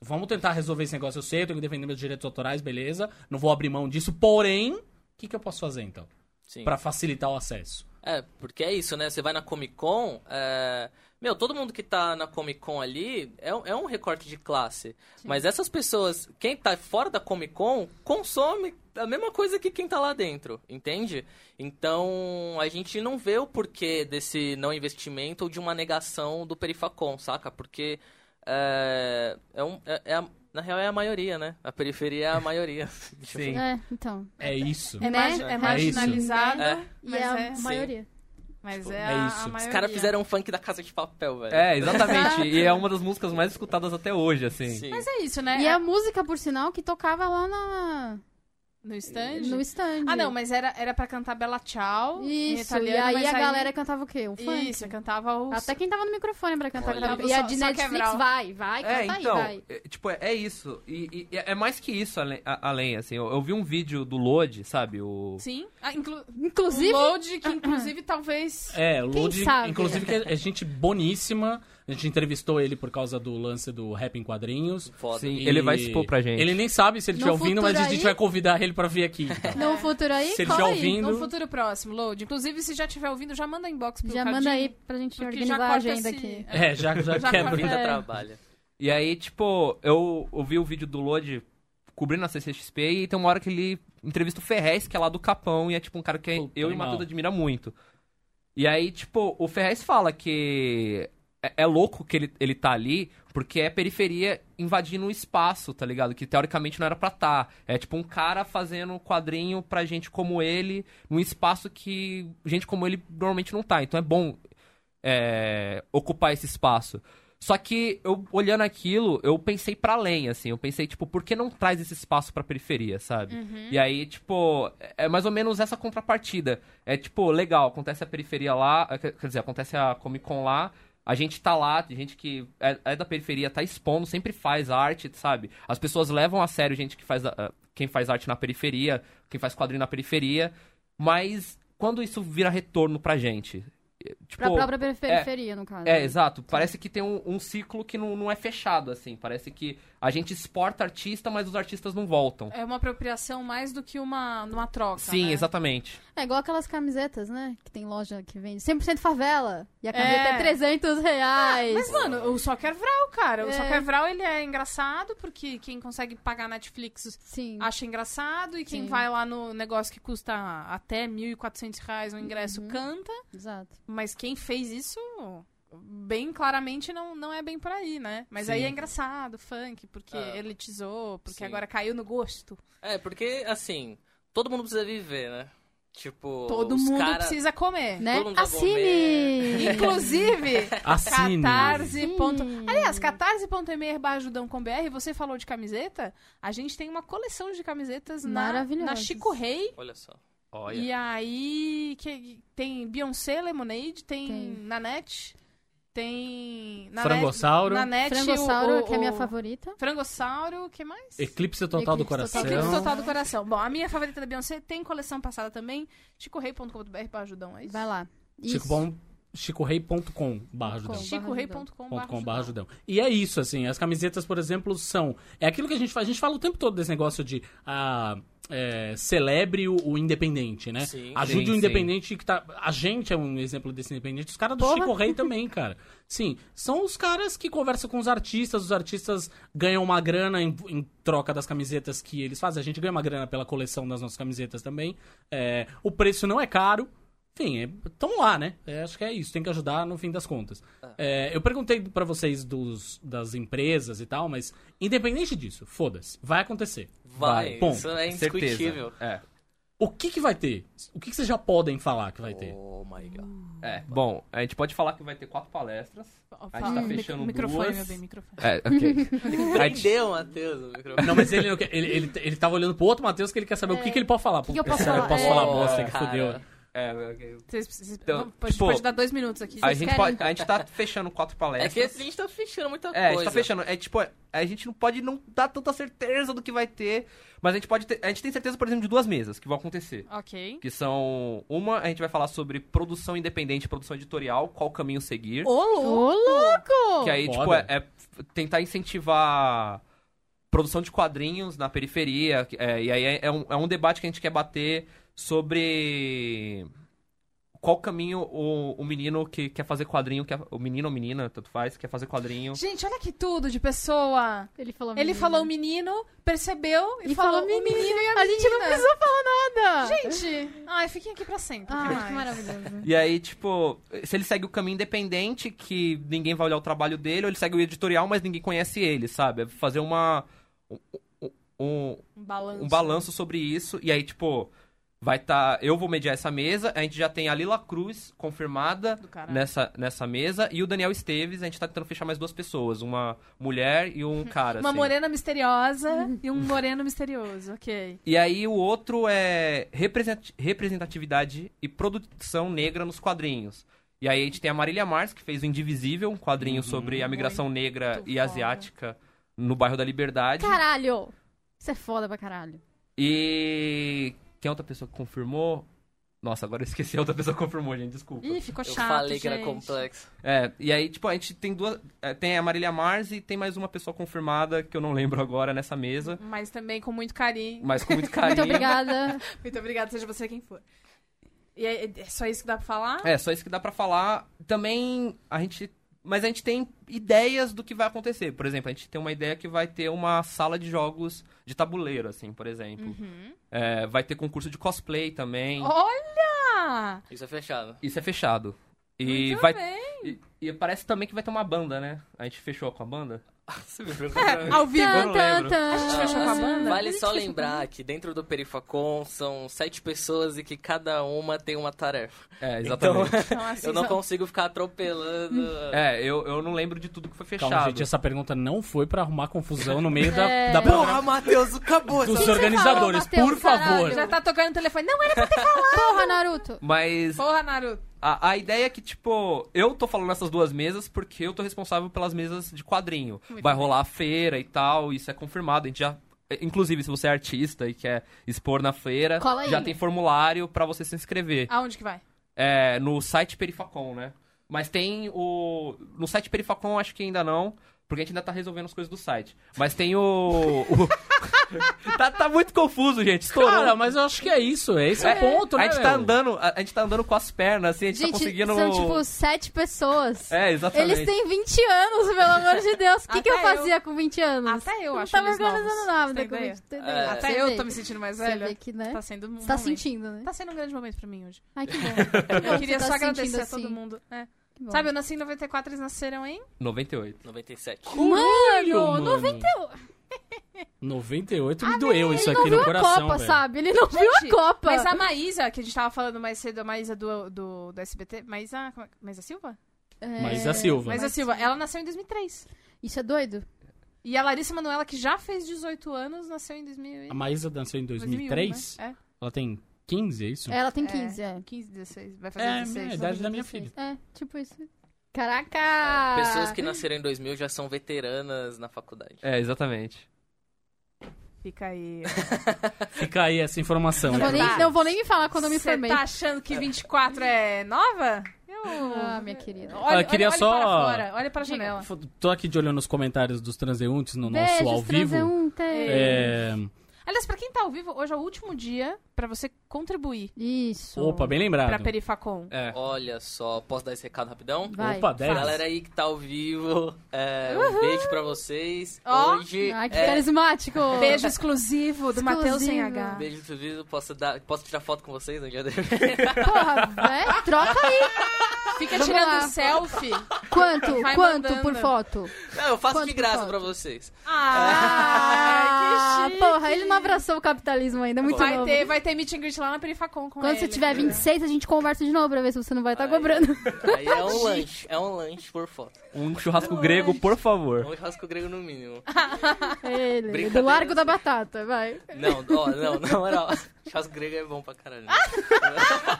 C: Vamos tentar resolver esse negócio. Eu sei, eu tenho que defender meus direitos autorais, beleza. Não vou abrir mão disso, porém, o que, que eu posso fazer então?
F: Sim.
C: Pra facilitar o acesso.
F: É, porque é isso, né? Você vai na Comic Con, é... meu, todo mundo que tá na Comic Con ali é, um- é um recorte de classe. Mas essas pessoas, quem tá fora da Comic Con, consome a mesma coisa que quem tá lá dentro, entende? Então, a gente não vê o porquê desse não investimento ou de uma negação do Perifacon, saca? Porque é, é um- é- é a- na real é a maioria, né? A periferia é a maioria.
C: assim.
E: Sim.
D: É, então.
C: É isso.
G: É,
D: Né?
G: margi-
D: É
G: é
D: isso.
G: marginalizada,
F: É.
D: E
G: Mas
D: é a
G: é-
F: Sim.
D: maioria.
G: mas
C: Tipo,
G: é,
C: é
G: a,
C: isso.
G: a
C: Os
G: maioria.
F: Os caras fizeram um funk da Casa de Papel, velho.
E: É, exatamente. e é uma das músicas mais escutadas até hoje, assim.
F: Sim.
G: Mas é isso, né?
D: E é a música, por sinal, que tocava lá na...
G: No stand?
D: no stand.
G: Ah, não, mas era, era pra cantar Bela Tchau em
D: Isso,
G: italiano.
D: e aí
G: mas
D: a galera cantava o quê? O funk?
G: Isso, cantava o...
D: Até quem tava no microfone pra cantar.
F: Olha.
D: cantava. E a de
G: Só- só
D: Netflix
G: quebrar o-
D: vai, vai,
E: É,
D: canta
E: então,
D: tá aí, vai.
E: é, tipo, é, é isso. E, e- e é mais que isso ale- a- além, assim. Eu, eu vi um vídeo do Lodi, sabe? O...
G: Sim. Ah, inclu...
D: Inclusive,
G: O load, que inclusive talvez...
C: É, o Lud,
D: sabe?
C: inclusive, que é é gente boníssima. A gente entrevistou ele por causa do lance do rap em quadrinhos.
F: Foda.
E: Sim, ele vai se expor pra gente.
C: Ele nem sabe se ele
D: No
C: estiver ouvindo, mas a
D: futuro
C: gente
D: aí-
C: vai convidar ele pra vir aqui. então.
G: É.
D: no futuro aí,
C: Se ele
D: cola
B: um
C: já
D: aí.
C: ouvindo-
G: No futuro próximo, load. Inclusive, se já estiver ouvindo, já manda inbox pro
D: Já
G: Cadinho,
D: manda aí pra gente
G: Porque já
D: organizar
G: corta
D: a agenda
G: esse-
D: aqui.
C: É, já, já,
G: Já
C: quebra.
F: A vida
G: É.
F: trabalha.
E: E aí, tipo, eu ouvi o vídeo do Lodi cobrindo a CCXP e tem uma hora que ele entrevista o Ferrez, que é lá do Capão, e é tipo um cara que
C: Puta,
E: eu e o
C: animal.
E: Matuda admira muito. E aí, tipo, o Ferrez fala que é, é louco que ele, ele tá ali, porque é periferia invadindo o espaço, tá ligado? Que teoricamente não era pra tá. É tipo um cara fazendo quadrinho pra gente como ele, num espaço que gente como ele normalmente não tá. Então é bom é, ocupar esse espaço. Só que eu olhando aquilo, eu pensei pra além, assim. Eu pensei, tipo, por que não traz esse espaço pra periferia, sabe?
D: Uhum.
E: E aí, tipo, é mais ou menos essa é, contrapartida. É tipo, legal, acontece a periferia lá, eh, quer quer dizer, acontece a Comic Con lá. A gente tá lá, tem gente que é, é da periferia, tá expondo, sempre faz arte, sabe? As pessoas levam a sério gente que faz, ah, quem faz arte na periferia, quem faz quadrinho na periferia, mas quando isso vira retorno pra gente? Eh, Tipo,
D: Pra própria perife-
E: é-
D: periferia, no caso.
E: é, exato. Parece que tem um, um ciclo que não, não é fechado, assim. Parece que a gente exporta artista, mas os artistas não voltam.
B: É uma apropriação mais do que uma, uma troca.
E: Sim,
B: né?
E: exatamente.
D: É igual aquelas camisetas, né? Que tem loja que vende 100% favela. E a
B: É.
D: camiseta é, 300 reais.
B: Mas, mano, o Soccer Vral, cara. O
D: É.
B: Soccer Vral, ele é engraçado, porque quem consegue pagar Netflix
D: Sim.
B: acha engraçado, e quem
D: Sim.
B: vai lá no negócio que custa até 1.400 reais o
D: Uhum.
B: ingresso canta.
D: Exato.
B: Mas quem fez isso, bem claramente, não, não é bem por aí, né? Mas aí
E: Sim.
B: é engraçado, funk, porque
D: Ah,
F: É.
B: elitizou, porque
F: Sim.
B: agora caiu no gosto.
F: É, porque, assim, todo mundo precisa viver, né? Tipo,
B: Todo
F: os
B: mundo
F: cara-
B: precisa
E: É,
B: comer.
D: Né?
F: mundo vai
D: Assine!
B: Inclusive,
C: Assine.
B: catarse. ponto-
D: Sim.
B: Aliás, catarse.me barra ajudão com BR, você falou de camiseta? A gente tem uma coleção de camisetas na,
D: Maravilhosas.
B: na Chico Rei.
F: Olha só.
E: Olha.
B: E aí que, tem Beyoncé Lemonade, tem,
D: Tem.
B: Nanette, tem... Na
C: Frangossauro.
B: Nanette,
D: Frangossauro,
B: o- o-
D: que é minha
B: o-
D: favorita.
B: Frangossauro, o que mais?
C: Eclipse Total do
D: Eclipse
C: Coração.
D: Total.
B: Eclipse
D: Não.
B: Total do Coração. Bom, a minha favorita da Beyoncé tem coleção passada também. Chicorei.com.br para ajudão, é isso?
D: Vai lá. Isso.
C: Chicobom- chicorei.com barra
D: Com.
C: ajudão.
B: chicorei.com.br.
C: .com.br ajudão. E é isso, assim, as camisetas, por exemplo, são. É aquilo que a gente faz. A gente fala o tempo todo desse negócio de ah, é, celebre o, o independente, né?
F: Sim.
C: Ajude
E: Sim,
C: o
E: sim.
C: independente que tá. A gente é um exemplo desse independente. Os caras do
D: Porra.
C: Chico Rei também, cara. Sim, são os caras que conversam com os artistas, os artistas ganham uma grana em, em troca das camisetas que eles fazem. A gente ganha uma grana pela coleção das nossas camisetas também. É, o preço não é caro. Enfim, estão lá, né? É, acho que é isso, tem que ajudar no fim das contas. É, eu perguntei pra vocês dos, das empresas e tal, mas independente disso, foda-se, vai acontecer.
F: Vai,
C: Bom,
F: isso é indiscutível.
E: Certeza. É.
C: o que que vai ter? O que que vocês já podem falar que vai ter?
F: Oh my god.
E: É. Bom, a gente pode falar que vai ter quatro palestras. A gente tá fechando
B: Hum, microfone,
E: duas.
B: meu bem, microfone.
E: É, ok. a gente...
F: Prendeu, Matheus, o microfone.
C: Não, mas ele, não quer- ele, ele, ele tava olhando pro outro Matheus que ele quer saber o que, que ele pode falar.
D: É. que eu
C: Putz,
D: posso
C: cara,
D: falar?
C: Eu posso
D: É.
C: falar bosta que
F: Cara.
C: fudeu.
E: É, ok.
B: Vocês precisam.
E: Então,
B: vamos- pode,
E: tipo,
B: pode dar dois minutos aqui.
E: A gente,
D: querem-
E: pode, a gente tá fechando quatro
F: É
E: palestras.
F: que a gente tá fechando
E: É,
F: muita
E: a gente
F: coisa.
E: tá fechando. É tipo, a gente não pode não dar tanta certeza do que vai ter, mas a gente pode ter, a gente tem certeza, por exemplo, de duas mesas que vão acontecer.
B: Ok.
E: Que são uma, a gente vai falar sobre produção independente, produção editorial, qual caminho seguir.
B: Ô, louco!
D: Ô, louco!
E: que aí,
C: foda.
E: tipo, é, é f- tentar incentivar produção de quadrinhos na periferia. que- é, e aí é, é um, é um debate que a gente quer bater sobre qual caminho o, o menino que quer fazer quadrinho, quer, o menino ou menina, tanto faz, quer fazer quadrinho.
B: Gente, olha que tudo de pessoa.
D: Ele falou
B: Ele
D: menina.
B: falou o menino, percebeu e,
D: E
B: falou,
D: falou
B: o menino e a menina.
D: A gente não precisou falar nada.
B: Gente, ai, fiquem aqui pra sempre.
D: Ai,
B: que mais?
D: que maravilhoso.
E: E aí, tipo, se ele segue o caminho independente, que ninguém vai olhar o trabalho dele, ou ele segue o editorial, mas ninguém conhece ele, sabe? É fazer uma. um- um-
B: Um balanço.
E: um balanço sobre isso. E aí, tipo, vai estar. eu vou mediar essa mesa. A gente já tem a Lila Cruz confirmada
B: do caralho.
E: nessa, nessa mesa. E o Daniel Esteves, a gente tá tentando fechar mais duas pessoas. Uma mulher e um cara.
B: Uma
E: assim.
B: morena misteriosa e um moreno misterioso, ok.
E: E aí o outro é represent- representatividade e produção negra nos quadrinhos. E aí a gente tem a Marília Mars, que fez o Indivisível, um quadrinho sobre a migração negra e
B: foda.
E: asiática no bairro da Liberdade.
D: Caralho! Isso é foda pra caralho.
E: E quem é outra pessoa que confirmou? Nossa, agora eu esqueci a outra pessoa que confirmou, gente, desculpa.
B: Ih, ficou
F: Eu
B: chato,
F: falei que era
B: gente.
F: complexo.
E: É, e aí, tipo, a gente tem duas. é, Tem a Marília Mars e tem mais uma pessoa confirmada que eu não lembro agora nessa mesa.
B: Mas também com muito carinho.
E: Mas com muito carinho.
D: Muito obrigada.
B: Muito obrigada, seja você quem for. E é, é só isso que dá pra falar?
E: É, só isso que dá pra falar. Também a gente. Mas a gente tem ideias do que vai acontecer. Por exemplo, a gente tem uma ideia que vai ter uma sala de jogos de tabuleiro, assim, por exemplo.
B: Uhum.
E: É, vai ter concurso de cosplay também.
B: Oh. Olha!
F: Isso é fechado.
E: Isso é fechado. E
B: Muito
E: vai.
B: bem.
E: E, e parece também que vai ter uma banda, né? A gente fechou com a banda?
F: Você me perguntou.
B: Ao vivo.
E: Eu não lembro.
D: A
B: gente fechou com É, a banda?
F: Vale só lembrar que dentro do Perifacon são sete pessoas e que cada uma tem uma tarefa.
E: É, exatamente.
B: Então, assim,
F: Eu não
B: só-
F: consigo ficar atropelando.
E: É, eu, eu não lembro de tudo que foi fechado.
C: Calma, gente, essa pergunta não foi pra arrumar confusão no meio da,
D: É.
C: da
F: Porra, Matheus, acabou
C: dos
F: essa-
C: organizadores,
D: falou, Matheus,
C: por favor.
D: caralho?
B: Já tá tocando o telefone. Não, era pra ter falado.
D: Porra, Naruto!
E: Mas
B: Porra, Naruto.
E: A, a ideia é que, tipo, eu tô falando essas duas mesas porque eu tô responsável pelas mesas de quadrinho.
B: Muito
E: Vai rolar a feira e tal, isso é confirmado. A gente já. Inclusive, se você é artista e quer expor na feira,
D: Cola aí.
E: já tem formulário pra você se inscrever.
B: Aonde que vai?
E: É, no site Perifacom, né? Mas tem o. No site Perifacom, acho que ainda não. Porque a gente ainda tá resolvendo as coisas do site. Mas tem o. o- tá, tá muito confuso, gente. Estourou. né,
C: Cara, mas eu acho que é isso. É esse o ponto, né?
E: a gente tá
C: meu?
E: andando, a, a gente tá andando com as pernas, assim, a gente,
D: Gente,
E: tá conseguindo.
D: são tipo sete pessoas.
E: É, exatamente.
D: Eles têm 20 anos, pelo amor de Deus. O que, que eu
B: Até eu.
D: fazia com 20 anos?
B: Até eu
D: não
B: acho
D: tava
B: eles novos.
D: organizando
B: Você
D: nada
B: tem
D: com
B: ideia?
D: 20. Tem
F: É.
D: ideia.
B: Até
D: Você
B: eu
D: vê-
B: tô me sentindo mais
D: Você
B: velha.
D: vê que, né?
B: Tá sendo um
D: Você tá
B: momento.
D: sentindo, né?
B: Tá sendo um grande momento pra mim hoje.
D: Ai, que bom.
B: Eu queria
D: tá
B: só agradecer
D: sentindo
B: a todo
D: assim.
B: mundo. É.
D: Que bom.
B: Sabe, eu nasci em 94, eles nasceram em...
E: 98.
F: 97.
C: Mano, 98. 98 me doeu isso
D: Ele
C: aqui
D: um. Ah, não viu
C: no
D: a
C: coração,
D: Copa,
C: velho.
D: sabe? Ele não viu a
B: Gente,
D: Copa.
B: Mas a Maísa, que a gente tava falando mais cedo, a Maísa do, do, do SBT... Maísa... como é- Maísa Silva?
D: É,
C: Mas a Silva.
B: Maísa
D: Maísa
B: Silva.
D: Silva.
B: assim, Ela nasceu em 2003.
D: Isso é doido?
B: E a Larissa Manoela, que já fez 18 anos, nasceu em 2000 e-
C: A Maísa dançou em 2003.
B: 2001, né?
C: Ela tem 15, é isso?
D: Ela tem
B: É.
D: 15, é.
B: É, 15, 16, vai fazer
C: É, a
B: 16.
C: idade da minha filha.
D: É, tipo isso. Caraca!
F: Pessoas que nasceram em 2000 já são veteranas na faculdade.
E: É, exatamente.
B: Fica aí.
C: Fica aí essa informação.
D: Não vou, nem, não vou nem me falar quando eu me
B: Cê
D: formei.
B: tá achando que 24 é nova? Eu...
D: Ah, minha querida.
B: Olha,
C: Eu queria
B: olha,
C: só-
B: olha para fora, olha para a janela.
C: F- Tô aqui de olho nos comentários dos transeuntes no
D: Beijos,
C: nosso ao vivo.
D: transeunte.
C: É,
B: Aliás, pra quem tá ao vivo, hoje é o último dia pra você contribuir
D: Isso.
C: É. Opa, bem
B: pra
C: lembrado.
B: Perifacom.
E: É.
F: Olha só, posso dar esse recado rapidão?
D: Vai.
C: Opa, 10.
F: Galera aí que tá ao vivo, é, um beijo pra vocês.
B: Ó.
F: Hoje
D: Ai, que
F: é
D: carismático.
B: Beijo exclusivo do Matheus sem H.
D: Exclusivo.
F: Beijo tudo, posso, dar, posso tirar foto com vocês no dia da
D: Porra, velho. Troca aí.
B: Fica
D: Vamos
B: tirando
D: lá.
B: selfie.
D: Quanto?
B: Vai
D: quanto
B: mandando.
D: por foto?
F: Não, eu faço
D: Quanto
F: de
D: que
F: graça
D: falta?
F: pra vocês.
B: Ah, que chique.
D: porra, ele não abraçou o capitalismo ainda, muito
B: vai
D: novo.
B: ter, vai ter meet and greet lá na Perifacom com
D: Quando
B: ele. né?
D: você tiver 26, a gente conversa de novo pra ver se você não vai estar
F: Ai.
D: cobrando.
F: Aí é um lanche, é um lanche por foto.
E: Um churrasco grego, por favor.
F: Um churrasco grego no mínimo.
D: Ele, do
F: Brincadeira.
D: Largo da Batata, vai.
F: Não, ó, não, na moral, churrasco grego é bom pra caralho.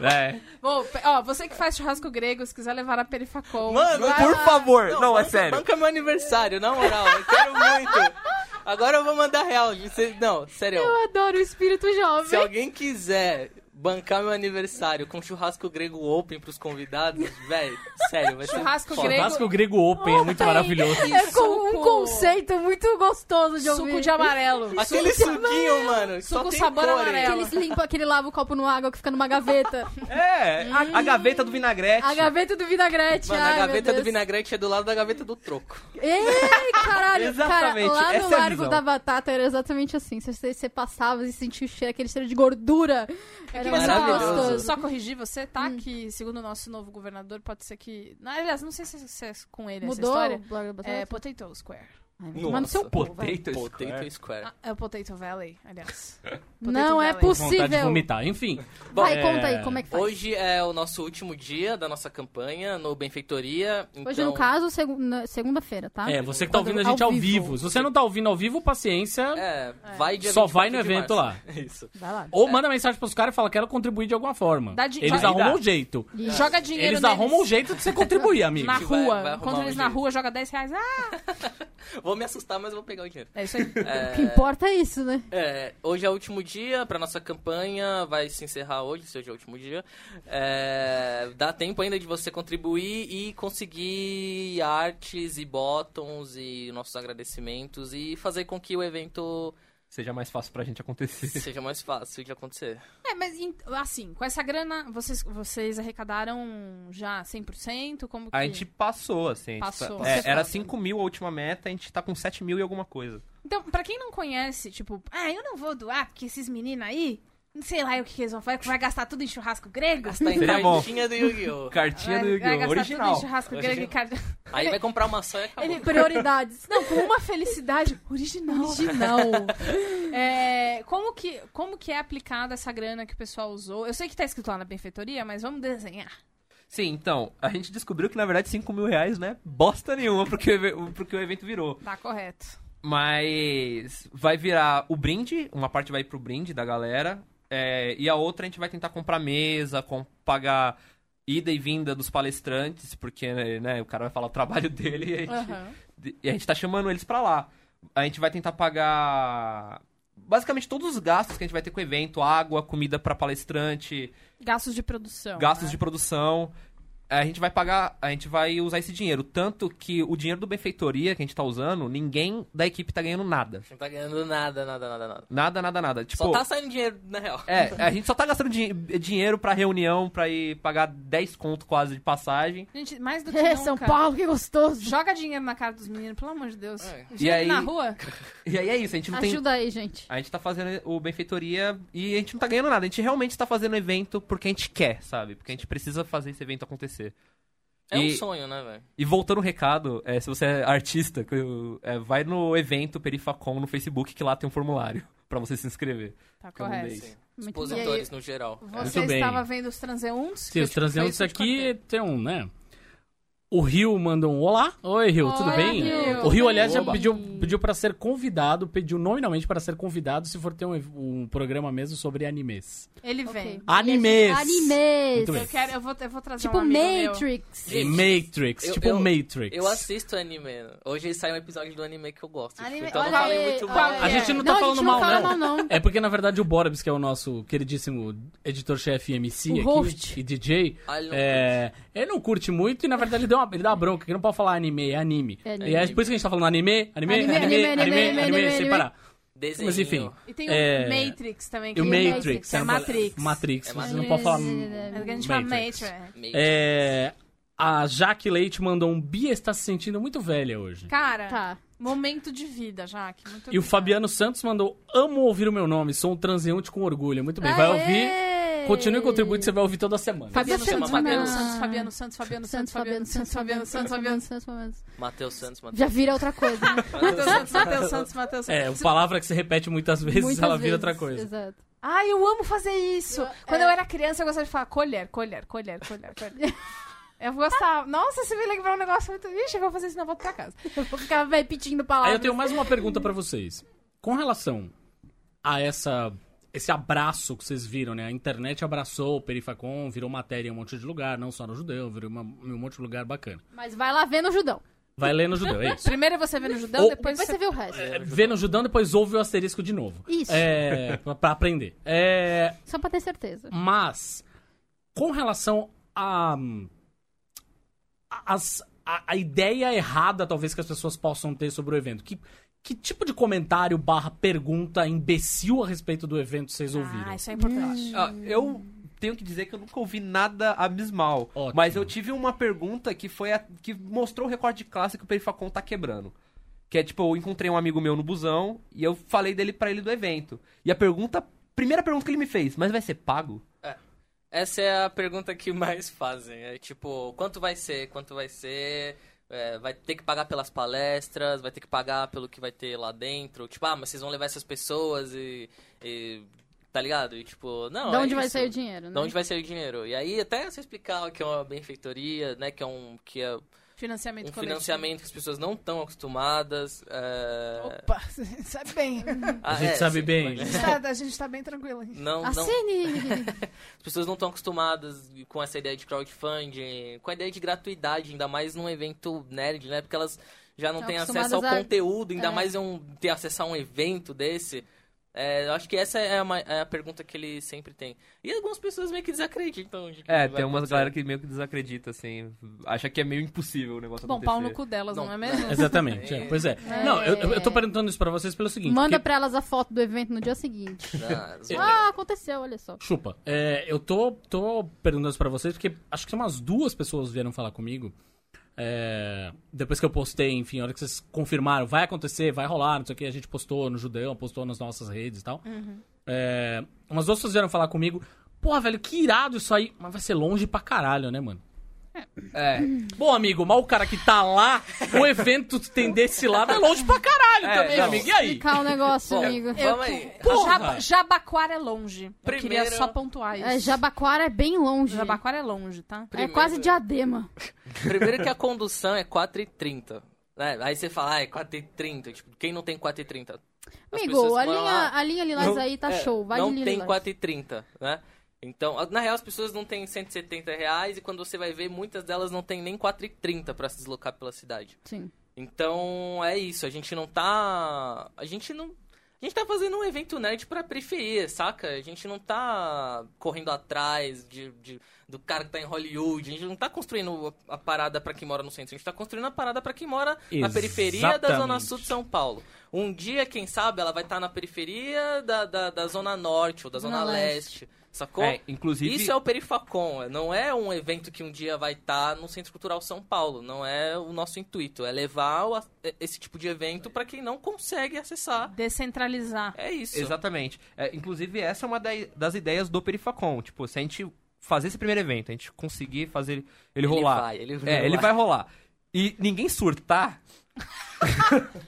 E: É.
B: Bom, pe- ó, você que faz churrasco grego, se quiser levar na Perifacom.
F: Mano,
B: vai
E: Por
B: lá.
E: favor. Não, é
F: banca-
E: sério.
F: Banca meu aniversário, na moral, eu quero muito. Agora eu vou mandar real. Você, não, sério.
D: Eu adoro o espírito
F: Se
D: jovem.
F: alguém quiser bancar meu aniversário com churrasco grego open pros convidados, velho, sério, vai ser
B: Churrasco
F: foda.
B: grego.
C: Churrasco grego open é muito maravilhoso.
D: É com
B: suco-
D: um conceito muito gostoso de ouvir.
B: Suco de amarelo.
F: Aquele suquinho, mano, só
B: Suco
F: tem
B: sabor
F: cores.
D: Que
B: amarelo.
D: eles limpam, que ele lava o copo no água que fica numa gaveta.
E: É. A,
B: Hum.
E: a gaveta do vinagrete.
D: A gaveta do vinagrete.
F: Mano,
D: ai,
F: a
D: meu
F: gaveta do
D: Deus.
F: vinagrete é do lado da gaveta do troco.
D: Ei, caralho!
E: Exatamente,
D: Cara, lá
E: essa
D: no
E: é a
D: Largo
E: visão.
D: da Batata era exatamente assim. Você, você passava e sentia o cheiro, aquele cheiro de gordura. Era muito
F: maravilhoso.
D: gostoso.
B: Só corrigir você, tá?
D: Hum.
B: Que segundo o nosso novo governador, pode ser que. na- Aliás, não sei se se é com ele
D: Mudou
B: essa
D: o
B: história.
D: Largo da Batata?
B: É Potato Square.
D: Ai, vai tomar no seu cu, vai.
E: Potato
F: Potato
E: Square.
F: Square.
B: Ah, é o Potato Valley, aliás.
D: Não
B: Potato Valley.
C: Vontade
D: é
C: de
D: possível.
C: vomitar. Enfim,
D: Vai,
C: Bom,
D: conta aí,
C: é,
D: como é que faz?
F: Hoje é o nosso último dia da nossa campanha no Benfeitoria. Então,
D: Hoje, no caso, segu- na- segunda-feira,
B: Ah,
D: tá?
C: é, você que tá
D: Quando-
C: ouvindo a gente ao
D: vivo.
C: vivo. Se você não tá ouvindo ao vivo, paciência,
F: É, vai dia
C: só
F: 24
C: vai no
F: de
C: evento lá.
F: março. Isso.
D: Vai lá.
C: Ou manda mensagem pros caras e fala, quero contribuir de alguma forma.
B: Dá de-
C: Eles
B: vai
C: arrumam
E: dar.
C: um jeito.
B: Joga dinheiro
C: Eles
B: neles
C: arrumam um jeito de você contribuir, amigo.
B: na
F: Que vai-
B: rua.
F: vai arrumar
B: Encontra eles
F: um
B: na
F: jeito.
B: rua, joga 10 reais. Ah,
F: Vou me assustar, mas vou pegar o dinheiro.
B: é isso aí.
D: O que importa é isso, né?
F: É, hoje é o último dia pra nossa campanha, vai se encerrar hoje, se hoje é o último dia. É, dá tempo ainda de você contribuir e conseguir artes e bottoms e nossos agradecimentos e fazer com que o evento
E: Seja mais fácil pra gente acontecer.
F: seja mais fácil de acontecer.
B: É, mas em- assim, com essa grana, vocês, vocês arrecadaram já 100%? Como que...
E: A gente passou, assim. a gente
B: Passou.
E: tá- é,
B: Você
E: era
B: passa.
E: 5 mil a última meta, a gente tá com 7 mil e alguma coisa.
B: Então, pra quem não conhece, tipo, ah, eu não vou doar porque esses meninos aí, não sei lá o que que eles vão fazer, que vai gastar tudo em churrasco grego?
F: Tá em
E: Seria bom.
F: cartinha do Yu-Gi-Oh!
E: Cartinha
B: vai,
E: do
B: vai
E: Yu-Gi-Oh!
B: gastar
E: Original.
B: tudo em churrasco grego e carne.
F: Aí vai comprar uma só e acabou.
B: Ele-
D: Prioridades.
B: Não, com uma felicidade original. Original. É, como, que, como que é aplicada essa grana que o pessoal usou? Eu sei que tá escrito lá na benfeitoria, mas vamos desenhar.
E: Sim, então, a gente descobriu que na verdade 5 mil reais não é bosta nenhuma porque, o eve- porque o evento virou.
B: Tá correto.
E: Mas vai virar o brinde, uma parte vai pro brinde da galera, é, e a outra a gente vai tentar comprar mesa, com, pagar ida e vinda dos palestrantes, porque né, o cara vai falar o trabalho dele e a gente, e a gente tá chamando eles pra lá. A gente vai tentar pagar basicamente todos os gastos que a gente vai ter com o evento, água, comida pra palestrante,
G: Gastos de
B: Então,
G: produção.
E: gastos
G: né?
E: de produção. A gente vai pagar, a gente vai usar esse dinheiro. Tanto que o dinheiro do benfeitoria que a gente tá usando, ninguém da equipe tá ganhando nada.
F: Não tá ganhando nada, nada, nada, nada.
E: Nada, nada, nada. Tipo,
F: Só tá saindo dinheiro, na real.
E: É, a gente só tá gastando din- dinheiro pra reunião, pra ir pagar 10 conto quase de passagem.
G: Gente, mais do que
D: É,
G: nunca.
D: São Paulo, que gostoso.
G: Joga dinheiro na cara dos meninos, pelo amor de Deus.
F: É.
G: Gente
E: E aí-
G: na rua.
E: E aí é isso, a gente não tem.
D: Ajuda aí, gente.
E: A gente tá fazendo o benfeitoria e a gente não tá ganhando nada. A gente realmente tá fazendo evento porque a gente quer, sabe? Porque a gente precisa fazer esse evento acontecer.
F: É
E: E-
F: um sonho, né, velho?
E: E voltando o recado, é, se você é artista, que eu- é, vai no evento Perifacom no Facebook, que lá tem um formulário pra você se inscrever.
G: Tá
E: Que eu não
B: É,
G: correto.
E: dei.
F: Sim.
D: Muito bom.
F: Expositores no geral.
G: Você
C: Muito bem.
G: estava vendo os transeuntes?
C: Sim,
G: Eu
C: os
G: te-
B: Tipo,
C: transeuntes
G: foi isso que eu te
C: aqui tem um, né? O Rio mandou um olá. Oi, Rio, tudo
G: Olá,
C: bem?
G: Rio.
C: O Rio, aliás, já
F: Oba.
C: pediu, pediu para ser convidado, pediu nominalmente para ser convidado se for ter um, ev- um programa mesmo sobre animes.
G: contei. Ele
D: Ok.
G: vem.
D: E a gente-
C: Animes! Muito
D: Animes!
C: bem.
G: Eu, quero, eu, vou, eu vou trazer
D: Tipo
G: um amigo meu.
D: Matrix.
F: Gente,
C: Matrix,
F: eu-
C: tipo
F: eu-
C: Matrix.
F: Eu assisto anime. Hoje sai um episódio do anime que eu gosto.
D: Anime-
F: Então eu
D: olha
F: não falei
D: aí,
F: muito
D: olha
F: mal.
G: é?
D: aí.
C: A gente não tá
D: a
C: falando
D: gente
C: mal,
D: não fala
C: não.
D: mal, não.
C: É porque, na verdade, o Borbs, que é o nosso queridíssimo editor-chefe e MC
D: O
C: aqui,
D: host.
C: e DJ,
F: Ah, ele não
C: é, ele não curte muito e, na verdade, ele, deu uma, ele dá uma bronca, que não pode falar anime, é anime.
D: É anime.
C: E é por isso que a gente tá falando anime, anime, anime, anime, anime, anime,
D: anime, anime,
C: sem parar.
F: Desenho.
C: Mas, enfim.
G: E tem o
C: É,
G: Matrix também.
C: E
G: Que
C: o
G: é
C: Matrix.
G: É
C: você não fala-
G: Matrix.
C: Matrix,
F: É
C: você não pode falar...
G: É que a gente fala
C: Matrix.
G: Matrix.
F: meio-
C: É, a Jaque Leite mandou um Bia está se sentindo muito velha hoje.
G: Cara,
D: Tá.
G: momento de vida, Jaque. Muito
C: E o
G: obrigada.
C: Fabiano Santos mandou: Amo ouvir o meu nome, sou um transeunte com orgulho. Muito bem, vai ouvir.
D: Aê! Tá
C: Continue contribuindo, você vai ouvir toda semana.
F: Fabiano
D: Santos,
F: chama
G: Fabiano
F: Matheus.
G: Santos, Fabiano Santos, Fabiano Santos, Fabiano Santos, Fabiano Santos, Fabiano Santos,
D: Santos, Fabiano Santos.
F: Matheus Santos, Matheus
D: Já vira outra coisa, né?
G: Matheus Santos, Matheus Santos, Matheus Santos.
C: É, uma palavra que se repete muitas vezes,
D: Muitas
C: ela vira
D: vezes,
C: outra coisa.
D: Exato.
G: Ai, eu amo fazer isso.
D: Eu-
G: Quando
D: é.
G: eu era criança, eu gostava de falar colher, colher, colher, colher, colher. Eu gostava. Nossa, se me lembrar um negócio muito. Ixi, eu vou fazer isso, não, eu volto pra casa.
D: Eu vou ficar repetindo
C: Aí
D: palavras.
C: eu tenho mais uma pergunta pra vocês. Com relação a essa esse abraço que vocês viram, né? A internet abraçou o Perifacon, virou matéria em um monte de lugar, não só no judeu, virou uma- em um monte de lugar bacana.
D: Mas vai lá ver no Judão.
C: Vai ler no judeu, é isso.
G: Primeiro você vê no judão,
C: Ou-
G: depois,
D: Depois você
G: você.
D: vê o resto.
C: É, Vê no judão, depois ouve o asterisco de novo.
D: Isso.
C: É, pra, pra aprender. É,
D: Só pra ter certeza.
C: Mas, com relação a. a- as- a, a ideia errada, talvez, que as pessoas possam ter sobre o evento. Que, que tipo de comentário barra pergunta imbecil a respeito do evento vocês ouviram?
G: Ah, isso é importante.
E: Ah, eu tenho que dizer que eu nunca ouvi nada abismal.
C: Ótimo.
E: Mas eu tive uma pergunta que foi a- que mostrou o recorde de classe que o Perifacon tá quebrando. Que é tipo, eu encontrei um amigo meu no busão e eu falei dele pra ele do evento. E a pergunta, primeira pergunta que ele me fez, mas vai ser pago?
F: Essa é a pergunta que mais fazem. É tipo, quanto vai ser? Quanto vai ser? É, vai ter que pagar pelas palestras, vai ter que pagar pelo que vai ter lá dentro. Tipo, ah, mas vocês vão levar essas pessoas e. e- tá ligado? E tipo, não.
D: de onde
F: é
D: vai
F: isso.
D: sair o dinheiro, né?
F: De onde vai sair o dinheiro? E aí, até você explicar o que é uma benfeitoria, né? Que é um, que é um
G: Financiamento coletivo.
F: financiamento que as pessoas não estão acostumadas. é-
G: Opa, sabe bem.
F: Ah,
C: gente
F: é,
C: sabe
F: sim,
C: bem.
F: mas-
G: Tá, a gente tá bem tranquilo. aqui.
F: Não,
D: Ah,
F: não,
D: Assine!
F: As pessoas não estão acostumadas com essa ideia de crowdfunding, com a ideia de gratuidade, ainda mais num evento nerd, né? Porque elas já não
D: Estão
F: têm acesso ao
D: acostumadas a-
F: conteúdo, ainda
D: é.
F: mais um, ter acesso a um evento desse. É, eu acho que essa é a, ma- é a pergunta que ele sempre tem. E algumas pessoas meio que desacreditam. de que
E: É,
F: vai
E: tem umas
F: acontecer.
E: galera que meio que desacredita, assim. Acha que é meio impossível o negócio
G: Bom,
E: acontecer.
G: pau no cu delas, não,
F: Não,
G: é mesmo?
C: Exatamente, é, pois é. Não, eu, eu- eu tô perguntando isso pra vocês pelo seguinte.
D: Manda
C: porque-
D: pra elas a foto do evento no dia seguinte.
F: Ah, zoeira.
D: ah, aconteceu, olha só.
C: Chupa. É, eu tô, tô perguntando isso pra vocês, porque acho que umas duas pessoas vieram falar comigo. é, depois que eu postei, enfim, a hora que vocês confirmaram, vai acontecer, vai rolar, não sei o que, a gente postou no Judeu, postou nas nossas redes e tal.
F: Uhum.
C: É, umas duas pessoas vieram falar comigo. Porra, velho, que irado isso aí. Mas vai ser longe pra caralho, né, mano?
E: É.
C: Bom, amigo, mal o cara que tá lá, o evento tem desse lado é longe pra caralho
E: É,
C: também,
E: não.
C: amigo. E aí?
D: Explicar o negócio,
F: Bom,
D: amigo.
F: Vamos aí.
C: Porra!
G: Jaba- Jabaquara é longe. Eu queria
F: Primeiro-
G: só pontuar isso.
D: É, Jabaquara é bem longe.
G: Jabaquara é longe, tá?
D: É
F: Primeiro-
D: quase diadema.
F: Primeiro que a condução é 4h30. Né? Aí você fala, ah, é 4h30. Tipo, quem não tem 4h30? As pessoas
D: Amigo,
F: que
D: a
F: moram
D: linha,
F: lá-
D: a linha Lilás
F: Não-
D: aí tá
F: é,
D: show. Vai de
F: Não
D: Lilás.
F: tem 4 e 30 né? Então, a- na real, as pessoas não têm 170 reais e quando você vai ver, muitas delas não têm nem 4,30 pra se deslocar pela cidade.
D: Sim.
F: Então, é isso. A gente não tá. A gente não. A gente tá fazendo um evento nerd pra periferia, saca? A gente não tá correndo atrás de, de- do cara que tá em Hollywood. A gente não tá construindo a a parada pra quem mora no centro. A gente tá construindo a parada pra quem mora na periferia da Zona
C: Exatamente.
F: Sul de São Paulo. Um dia, quem sabe, ela vai estar na periferia da, da, da Zona Norte ou da Zona,
B: Zona
F: Leste. Sacou?
E: É, inclusive,
F: Isso é o Perifacon, não é um evento que um dia vai estar no Centro Cultural São Paulo, não é o nosso intuito, é levar o- esse tipo de evento pra quem não consegue acessar.
B: Decentralizar.
F: É isso.
E: Exatamente. É, inclusive, essa é uma da- das ideias do Perifacon. Tipo, se a gente fazer esse primeiro evento, a gente conseguir fazer ele, ele rolar.
F: vai, ele
E: é, ele vai rolar. E ninguém surtar,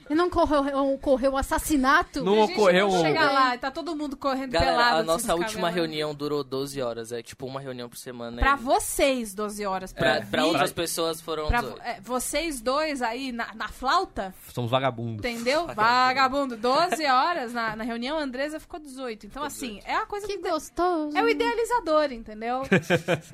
D: E não correu, não ocorreu o assassinato?
E: não
B: A gente
E: ocorreu.
B: não
E: o-
B: chega lá, tá todo mundo correndo
F: um- Galera,
B: pelado.
F: a
B: assim,
F: nossa
B: dos
F: última
B: cabelos.
F: reunião durou 12 horas, é tipo uma reunião por semana.
B: Pra
F: e-
B: vocês, 12 horas. Pra,
F: pra,
E: É,
B: mim,
F: pra outras pessoas foram
B: pra vo-
F: 18.
B: é, vocês dois aí na, na flauta,
E: Somos vagabundos.
B: entendeu? Vagabundo, 12 horas na, na reunião, a Andresa ficou 18. Então, assim, é a coisa
D: Que
B: do-
D: gostoso.
B: É o idealizador, entendeu?
D: É,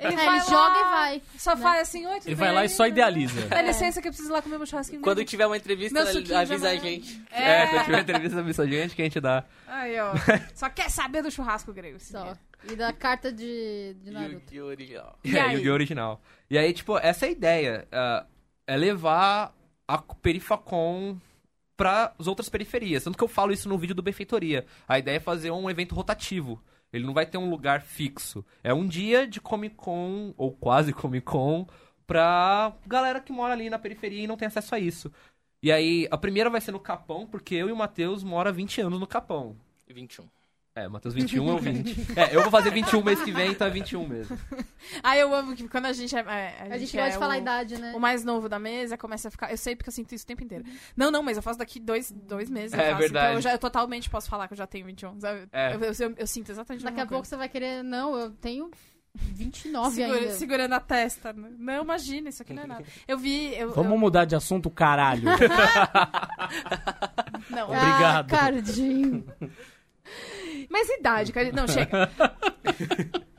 B: Ele,
D: ele
B: vai lá,
D: joga e vai. né? É.
B: Só faz assim, oi, tudo
C: Ele
B: bem?"
C: vai lá e só idealiza.
B: Dá licença que eu preciso ir lá comer meu churrasquinho.
F: Quando tiver uma entrevista,
B: Meu suquinho
F: ela avisa a
B: de amarelo.
F: gente.
E: É, se eu tiver entrevista da gente, que a gente dá.
B: Aí, ó. Só quer saber do churrasco grego. esse
D: Só.
B: menino.
D: E da carta de, de Naruto.
F: Yu-Gi-Oh! original.
B: E
E: é,
B: aí?
E: Yu-Gi-Oh! original. E aí, tipo, essa é a ideia. ah, é levar a Perifacon para as outras periferias. Tanto que eu falo isso no vídeo do Benfeitoria. A ideia é fazer um evento rotativo. Ele não vai ter um lugar fixo. É um dia de Comic Con, ou quase Comic Con, pra galera que mora ali na periferia e não tem acesso a isso. E aí, a primeira vai ser no Capão, porque eu e o Matheus mora há 20 anos no Capão.
F: 21.
E: É, Matheus 21 ou 20. É, eu vou fazer 21 mês que vem, então é 21 mesmo.
B: Aí eu amo que quando a gente é. é,
D: A gente
B: é
D: gosta de falar a
B: o-
D: idade, né? Uhum.
B: O mais novo da mesa começa a ficar. Eu sei porque eu sinto isso o tempo inteiro. Não, não, mas eu faço daqui dois, dois meses. eu
E: É
B: faço,
E: verdade.
B: Então eu, já, eu totalmente posso falar que eu já tenho 21. sabe?
E: É.
B: Eu, eu, eu- eu sinto exatamente
D: Daqui a pouco você vai querer. Não, eu tenho 29 ainda.
B: Segurando a testa. né? Não, imagina, isso aqui não é nada. Eu vi. Eu, eu-
C: Vamos mudar de assunto, caralho.
B: não.
D: Ah,
C: Obrigado.
D: Cardinho.
B: Mas idade, cara. Não, chega.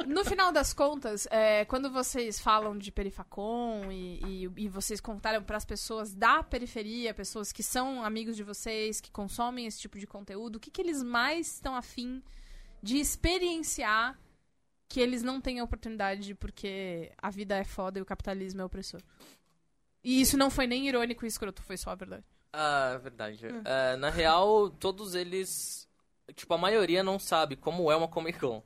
B: No final das contas, é, quando vocês falam de Perifacon e, e- e vocês contaram para as pessoas da periferia, pessoas que são amigos de vocês, que consomem esse tipo de conteúdo, o que, que eles mais estão afim de experienciar que eles não têm a oportunidade porque a vida é foda e o capitalismo é opressor? E isso não foi nem irônico e escroto, foi só a verdade.
F: Ah, verdade.
B: Hum.
F: Ah, na real, todos eles. Tipo, a maioria não sabe como é uma Comic Con,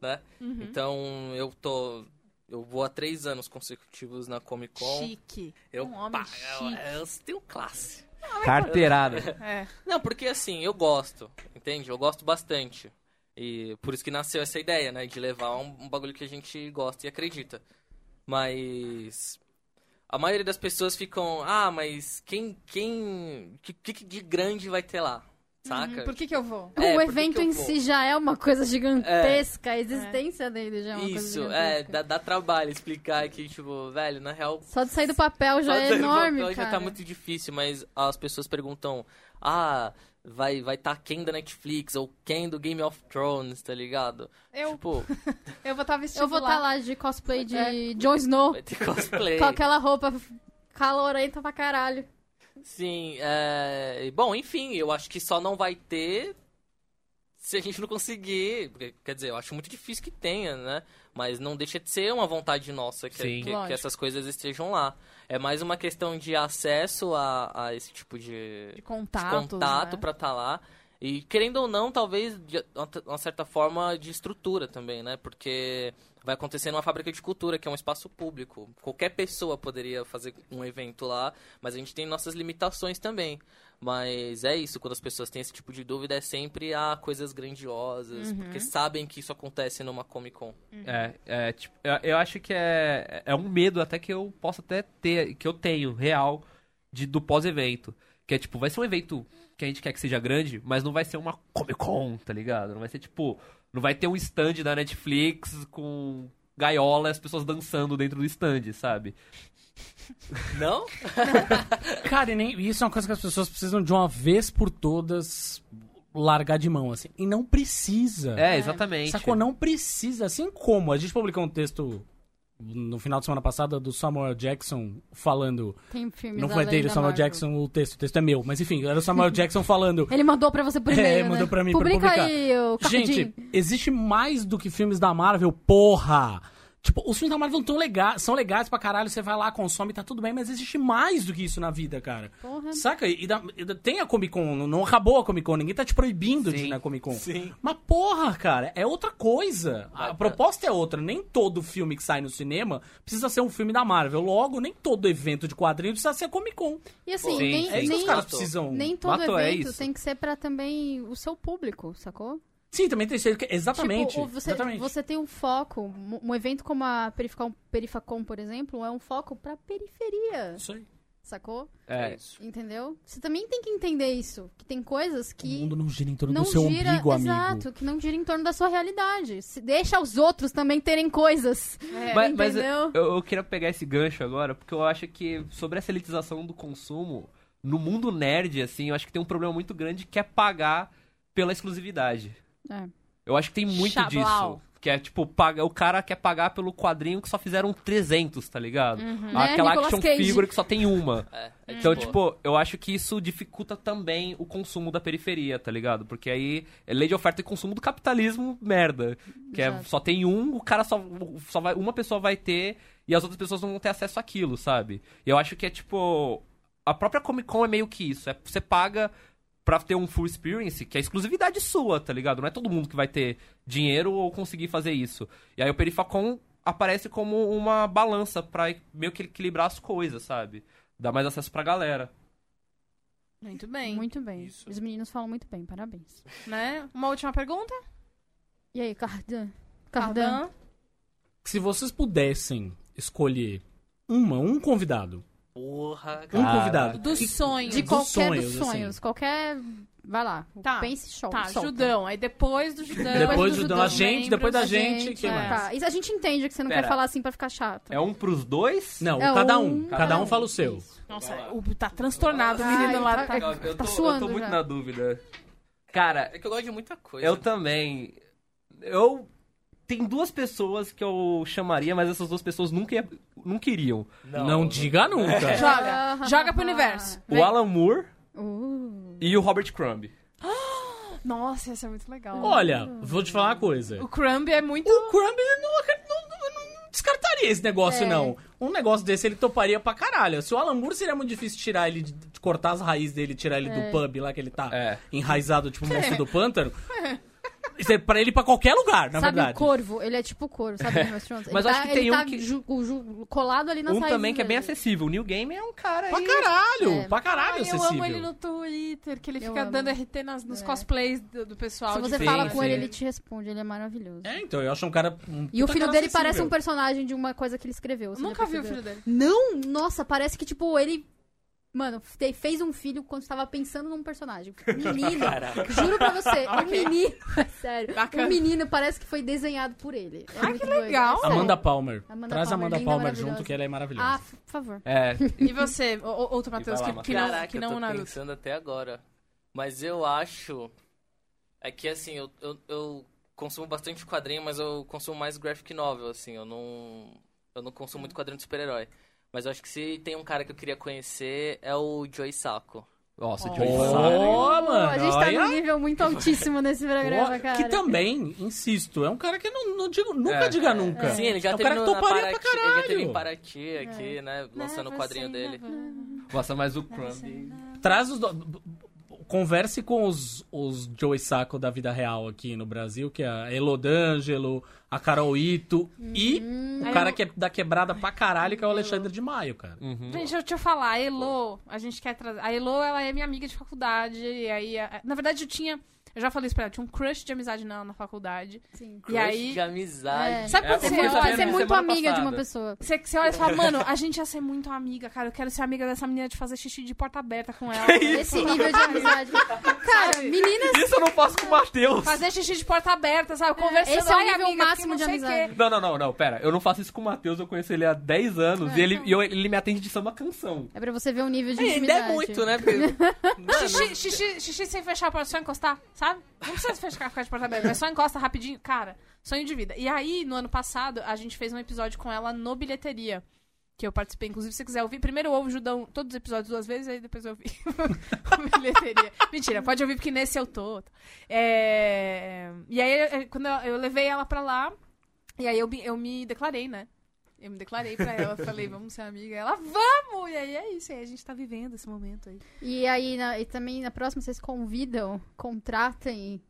F: né?
B: Uhum.
F: Então, eu tô. Eu vou há três anos consecutivos na Comic Con.
B: Chique.
F: Eu,
B: Um homem
F: pá,
B: chique.
F: eu, eu tenho classe.
E: Carteirada.
B: É.
F: Não, porque assim, eu gosto, entende? Eu gosto bastante. E por isso que nasceu essa ideia, né? De levar um, um bagulho que a gente gosta e acredita. Mas. A maioria das pessoas ficam. Ah, mas quem. quem. que, que que de grande vai ter lá?
D: Uhum,
F: Saca?
B: Por que, que eu vou?
F: É,
D: o
F: por que
D: evento
F: que eu
D: em
F: vou? É.
D: si já é uma coisa gigantesca. A existência dele já é uma coisa
F: Isso,
D: gigantesca.
F: é, dá, dá trabalho explicar que, tipo, velho, na real,
D: Só de sair do papel já
F: Só
D: é
F: dizer,
D: enorme,
F: papel
D: cara.
F: já tá muito difícil, mas as pessoas perguntam: "Ah, vai vai tá quem da Netflix ou quem do Game of Thrones", tá ligado?
B: Eu,
F: Tipo,
B: eu vou tá estar vestido
D: Eu vou estar lá de cosplay de
F: É.
D: Jon Snow,
F: vai ter cosplay.
D: com aquela roupa calorenta pra caralho.
F: Sim, é, e, bom, enfim, eu acho que só não vai ter se a gente não conseguir, porque, quer dizer, eu acho muito difícil que tenha, né? Mas não deixa de ser uma vontade nossa que,
E: Sim.
F: que- que
B: Lógico.
F: essas coisas estejam lá. É mais uma questão de acesso a, a esse tipo de,
B: De
F: de
B: contatos,
F: contato
B: né?
F: pra estar lá. E querendo ou não, talvez de uma t- uma certa forma de estrutura também, né? Porque vai acontecer numa fábrica de cultura, que é um espaço público. Qualquer pessoa poderia fazer um evento lá, mas a gente tem nossas limitações também. Mas é isso, quando as pessoas têm esse tipo de dúvida, é sempre ah, coisas grandiosas,
B: Uhum.
F: porque sabem que isso acontece numa Comic Con.
E: É, é, tipo, eu, eu acho que é, é um medo até que eu posso até ter, que eu tenho, real, de, do pós-evento. Que é tipo, vai ser um evento que a gente quer que seja grande, mas não vai ser uma Comic Con, tá ligado? Não vai ser tipo, não vai ter um stand da Netflix com gaiola e as pessoas dançando dentro do stand, sabe?
F: Não?
C: Cara, e nem, isso é uma coisa que as pessoas precisam de uma vez por todas largar de mão, assim. E não precisa.
E: É, exatamente.
C: Sacou? Não precisa. Assim como a gente publicou um texto no final de semana passada do Samuel Jackson falando.
D: Tem filmes
C: não foi
D: além
C: dele,
D: da
C: Samuel
D: Marvel.
C: Jackson, o texto. O texto é meu. Mas enfim, era o Samuel Jackson falando.
D: Ele mandou pra você por
C: É,
D: e-mail,
C: ele
D: né?
C: mandou pra mim pra
D: Publica
C: publicar.
D: aí o
C: Gente, existe mais do que filmes da Marvel, porra! Tipo, os filmes da Marvel tão lega são legais pra caralho, você vai lá, consome, tá tudo bem, mas existe mais do que isso na vida, cara.
D: Porra.
C: Saca? E, da- e da- tem a Comic Con, não, não acabou a Comic Con, ninguém tá te proibindo de ir
E: Sim.
C: na Comic Con.
F: Sim.
C: Mas porra, cara, é outra coisa.
F: Ah,
C: A
F: tá.
C: proposta é outra. Nem todo filme que sai no cinema precisa ser um filme da Marvel. Logo, nem todo evento de quadrinhos precisa ser Comic Con.
D: E assim,
E: Sim,
D: nem,
E: sim.
C: É isso que os
D: nem,
C: caras
F: Matou.
C: precisam.
D: nem todo
E: Matou, é
D: evento
E: isso.
D: tem que ser pra também o seu público, sacou?
C: Sim, também tem que. é- Exatamente.
D: Tipo, você,
C: exatamente.
D: você tem um foco. um- Um evento como a Perifacom, Perifacom, por exemplo, é um foco pra periferia,
C: É Isso aí.
D: sacou?
E: É,
F: isso.
D: Entendeu? Você também tem que entender isso. Que tem coisas
C: O
D: que
C: mundo não gira em torno
D: não
C: do seu
D: gira.
C: umbigo, amigo.
D: exato, que não gira em torno da sua realidade. Se- deixa os outros também terem coisas.
E: Mas,
C: é
E: mas
D: entendeu?
E: eu, eu queria pegar esse gancho agora, porque eu acho que sobre essa elitização do consumo, no mundo nerd, assim, eu acho que tem um problema muito grande que é pagar pela exclusividade.
D: É.
E: Eu acho que tem muito
G: Chablau.
E: disso. Que é tipo, paga, o cara quer pagar pelo quadrinho que só fizeram 300, tá ligado?
G: Uhum.
D: Né,
E: Aquela
D: Nicolas
E: action
D: Cage?
E: figure que só tem uma.
F: É, é
E: Então, tipo, eu acho que isso dificulta também o consumo da periferia, tá ligado? Porque aí é lei de oferta e consumo do capitalismo, merda. Que é,
D: Exato.
E: só tem um, o cara só, só vai, uma pessoa vai ter e as outras pessoas não vão ter acesso àquilo, sabe? E eu acho que é tipo. A própria Comic Con é meio que isso. É, você paga pra ter um full experience, que é exclusividade sua, tá ligado? Não é todo mundo que vai ter dinheiro ou conseguir fazer isso. E aí o Perifacon aparece como uma balança pra meio que equilibrar as coisas, sabe? Dar mais acesso pra galera.
G: Muito bem.
D: Muito bem.
F: Isso.
D: Os meninos falam muito bem, parabéns.
G: Né? Uma última pergunta?
D: E aí, Cardan? Cardan?
C: Se vocês pudessem escolher uma, um convidado.
F: Porra,
C: Um
F: cara.
C: convidado.
G: Dos sonhos.
D: De
C: Dos
D: qualquer
C: sonhos,
D: dos
C: assim.
D: sonhos, qualquer. Vai lá.
G: Tá.
D: Pense show.
G: Tá,
D: solta.
G: Judão. Aí depois do Judão.
C: Depois
D: do
C: do,
D: Judão,
C: da gente, depois da
D: A
C: gente, quem
D: é.
C: mais?
D: Tá, isso a gente entende que você não quer
E: Pera.
D: falar assim pra ficar chato.
E: É um pros dois?
C: Não,
D: É
C: cada um. Cada um
D: um.
C: fala o seu.
D: Isso.
G: Nossa, o, tá
E: um
G: transtornado o menino
D: Ai,
G: lá.
D: tá-
G: Tá...
E: Eu
D: Tá
E: tô, eu
D: suando
E: tô muito
D: já.
E: na dúvida. Cara,
F: É que eu gosto de muita coisa.
E: Eu também. Eu. Tem duas pessoas que eu chamaria, mas essas duas pessoas nunca, ia- nunca iriam.
C: Não,
F: um.
C: diga nunca.
D: É.
G: Joga. Joga pro universo.
E: O Alan Moore
D: Uh,
E: e o Robert Crumb.
G: Nossa, essa é muito legal.
C: Olha, vou te falar uma coisa.
G: O Crumb é muito.
C: O Crumb ele não, acre- não- não- não descartaria esse negócio,
D: É.
C: não. Um negócio desse ele toparia pra caralho. Se o Alan Moore seria muito difícil tirar ele, de- de cortar as raízes dele, tirar ele do pub lá que ele tá
E: É.
C: enraizado, tipo o mestre do pântano. Isso é pra ele ir pra qualquer lugar, na
D: sabe o
C: verdade.
D: corvo? Ele é tipo o corvo, sabe? Game of Thrones? Ele
E: Mas
D: tá,
E: acho que
D: ele
E: tem um
D: tá
E: que-
D: ju- o ju- colado ali nas
E: um
D: raízes
E: também que é bem
D: dele.
E: acessível. O New Game é um cara
C: Pra
E: aí.
C: caralho,
D: É.
C: pra caralho,
G: Ai, eu
C: acessível.
G: amo ele no Twitter, que ele
D: Eu
G: fica
D: amo.
G: dando RT nas- nos
D: É.
G: cosplays do, do pessoal.
D: Se você
G: de-
D: fala
E: sim,
D: com
E: sim.
D: ele, ele te responde. Ele é maravilhoso.
C: É, então, eu acho um cara. um
D: E o
C: puta
D: filho
C: cara
D: dele
C: acessível.
D: parece um personagem de uma coisa que ele escreveu.
G: Eu
D: você já
G: nunca vi o
D: percebeu?
G: filho dele.
D: Não, nossa, parece que, tipo, ele. Mano, te- fez um filho quando estava pensando num personagem. Menino, juro pra você, um menino. Sério,
G: Bacana.
D: um menino parece que foi desenhado por ele. É muito doido.
G: legal.
D: É sério.
C: Amanda Palmer.
D: Amanda
C: Traz a
D: Palmer,
C: Amanda
D: linda,
C: Palmer
D: maravilhosa.
C: junto, que ela é maravilhosa.
D: Ah, tá f- por favor.
E: É.
G: E você, o- o- outro Matheus,
E: vai lá,
G: que, que não,
F: Caraca,
G: que
F: eu
G: não
F: tô
G: o Naruto.
F: pensando até agora. Mas eu acho... É que, assim, eu, eu, eu consumo bastante quadrinho, mas eu consumo mais graphic novel, assim. Eu não, eu não consumo muito quadrinho de super-herói. Mas eu acho que se tem um cara que eu queria conhecer, é o Joey Sacco.
E: Nossa,
C: Oh,
E: Joey Sacco.
C: mano,
D: a gente tá
C: olha.
D: num nível muito altíssimo nesse programa,
C: Ó,
D: cara.
C: Que também, insisto, é um cara que não, não digo, nunca
E: É.
C: diga nunca.
F: Sim, ele já
C: é um
F: teve
C: cara que
F: no, na
C: toparia pra
F: Paraty, ele já teve
C: caralho.
F: em Paraty aqui, né? Lançando
G: tá
F: o quadrinho dele.
C: Uhum.
E: Nossa, mas o Crumb.
C: Traz os. do- b- b- Converse com os, os Joey Sacco da vida real aqui no Brasil, que é a Elodângelo, a Carol Ito e
D: Uhum.
C: o cara que é da quebrada pra caralho, que é o Alexandre de Maio, cara.
B: Hum.
G: Gente, deixa eu te falar, a Elo, a gente quer trazer. A Elo, ela é minha amiga de faculdade. E aí, a- na verdade, eu tinha. Eu já falei isso pra ela, eu tinha um crush de amizade na, na faculdade.
D: Sim.
F: Crush
G: aí-
F: de amizade.
G: Sabe quando
E: É,
D: Você
E: eu
G: você
E: fui
G: olha.
D: pode
E: sabendo
D: ser
C: né?
E: na
D: muito
E: semana
D: amiga de
E: passada.
D: uma pessoa.
G: Você, você olha e fala, mano, a gente ia ser muito amiga, cara. Eu quero ser amiga dessa menina de fazer xixi de porta aberta com ela. né?
D: Esse nível de amizade. cara, meninas.
E: Isso eu não faço com o Matheus.
G: Fazer xixi de porta aberta, sabe? Conversando.
D: esse é o
G: "Ai,
D: nível
G: amiga,
D: máximo
G: porque não
D: de
G: sei o quê."
D: amizade.
E: Não, não, não, não, pera. Eu não faço isso com o Matheus, eu conheço ele há 10 anos e, ele, e eu- ele me atende de samba canção.
D: É pra você ver o nível de
F: Ele
D: intimidade.
F: é muito, É né? Pedro?
G: Xixi, xixi, xixi sem fechar a porta, só encostar.
B: Sabe? Não precisa fechar, ficar de porta aberta, mas só encosta rapidinho. Cara, sonho de vida. E aí, no ano passado, a gente fez um episódio com ela no Bilheteria. Que eu participei, inclusive, se você quiser ouvir. Primeiro eu ouvo o Judão todos os episódios duas vezes, aí depois eu ouvi o bilheteria. Mentira, pode ouvir, porque nesse eu tô. É, E aí, é, quando eu, eu levei ela pra lá, e aí eu, me- eu me declarei, né? Eu me declarei pra ela, falei, vamos ser amiga. Ela, vamos! E aí é isso, aí a gente tá vivendo esse momento aí.
D: E aí, na- e também na próxima, vocês convidam, contratem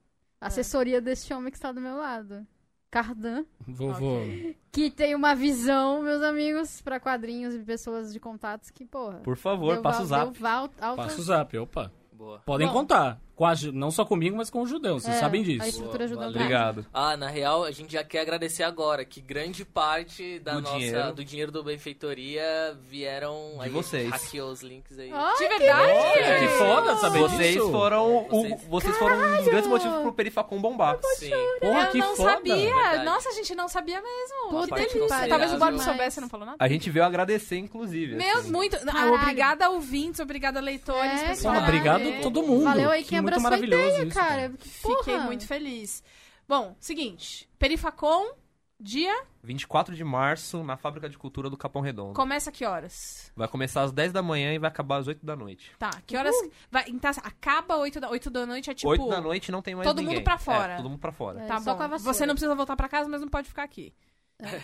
D: a assessoria deste homem que está do meu lado. Cardan,
C: Vou,
B: Ok.
C: vou.
D: que tem uma visão, meus amigos, pra quadrinhos e pessoas de contatos que, porra.
E: Por favor,
D: deu
E: passa o
D: val-
E: zap.
D: deu val- altas-
C: Passa o zap, opa.
F: Boa.
C: Podem
D: Bom.
C: contar. Com a Ju- não só comigo, mas com o Judão. Vocês
D: É,
C: sabem
D: A
C: disso.
D: estrutura ajudou
F: Valeu.
E: Obrigado.
F: Ah, na real, a gente já quer agradecer agora que grande parte da
E: Do
F: nossa
E: dinheiro.
F: do dinheiro do benfeitoria vieram
E: De
F: aí,
E: vocês.
F: hackeou os links aí.
B: De verdade?
C: Que foda saber
E: Vocês
C: disso.
E: foram, o,
F: Vocês-
E: vocês foram um dos grandes motivos pro Perifaco bombar.
F: Sim.
C: Porra,
B: eu
C: que
B: não
C: foda.
B: sabia.
F: Verdade.
B: Nossa, a gente não sabia mesmo.
D: Puta
B: que
D: que
B: delícia.
D: pariu.
B: Talvez o Bob
D: Demais.
B: soubesse, não falou nada.
E: A gente veio agradecer, inclusive.
B: Meu,
E: assim.
B: muito. Ah,
D: Caralho.
B: obrigada, ouvintes. Obrigada, leitores.
D: É,
B: pessoal.
C: Porra,
D: Caralho.
C: obrigado a todo mundo.
D: Valeu aí
C: Que
D: quem
C: muito
D: abraçou a
C: maravilhoso
D: ideia,
C: isso,
D: cara. Que
B: Fiquei
D: porra.
B: muito feliz. Bom, seguinte. Perifacom, dia,
E: 24 de março, na Fábrica de Cultura do Capão Redondo.
B: começa que horas?
E: Vai começar às 10 da manhã e vai acabar às 8 da noite.
B: Tá, que horas... Vai, então, assim, acaba 8 da, 8 da noite, é tipo...
E: 8 da noite não tem mais
B: todo mundo
E: ninguém.
B: pra fora.
E: É, todo mundo pra fora.
D: É.
B: Tá
D: Só
B: bom.
D: com a vassoura.
B: Você não precisa voltar pra casa, mas não pode ficar aqui.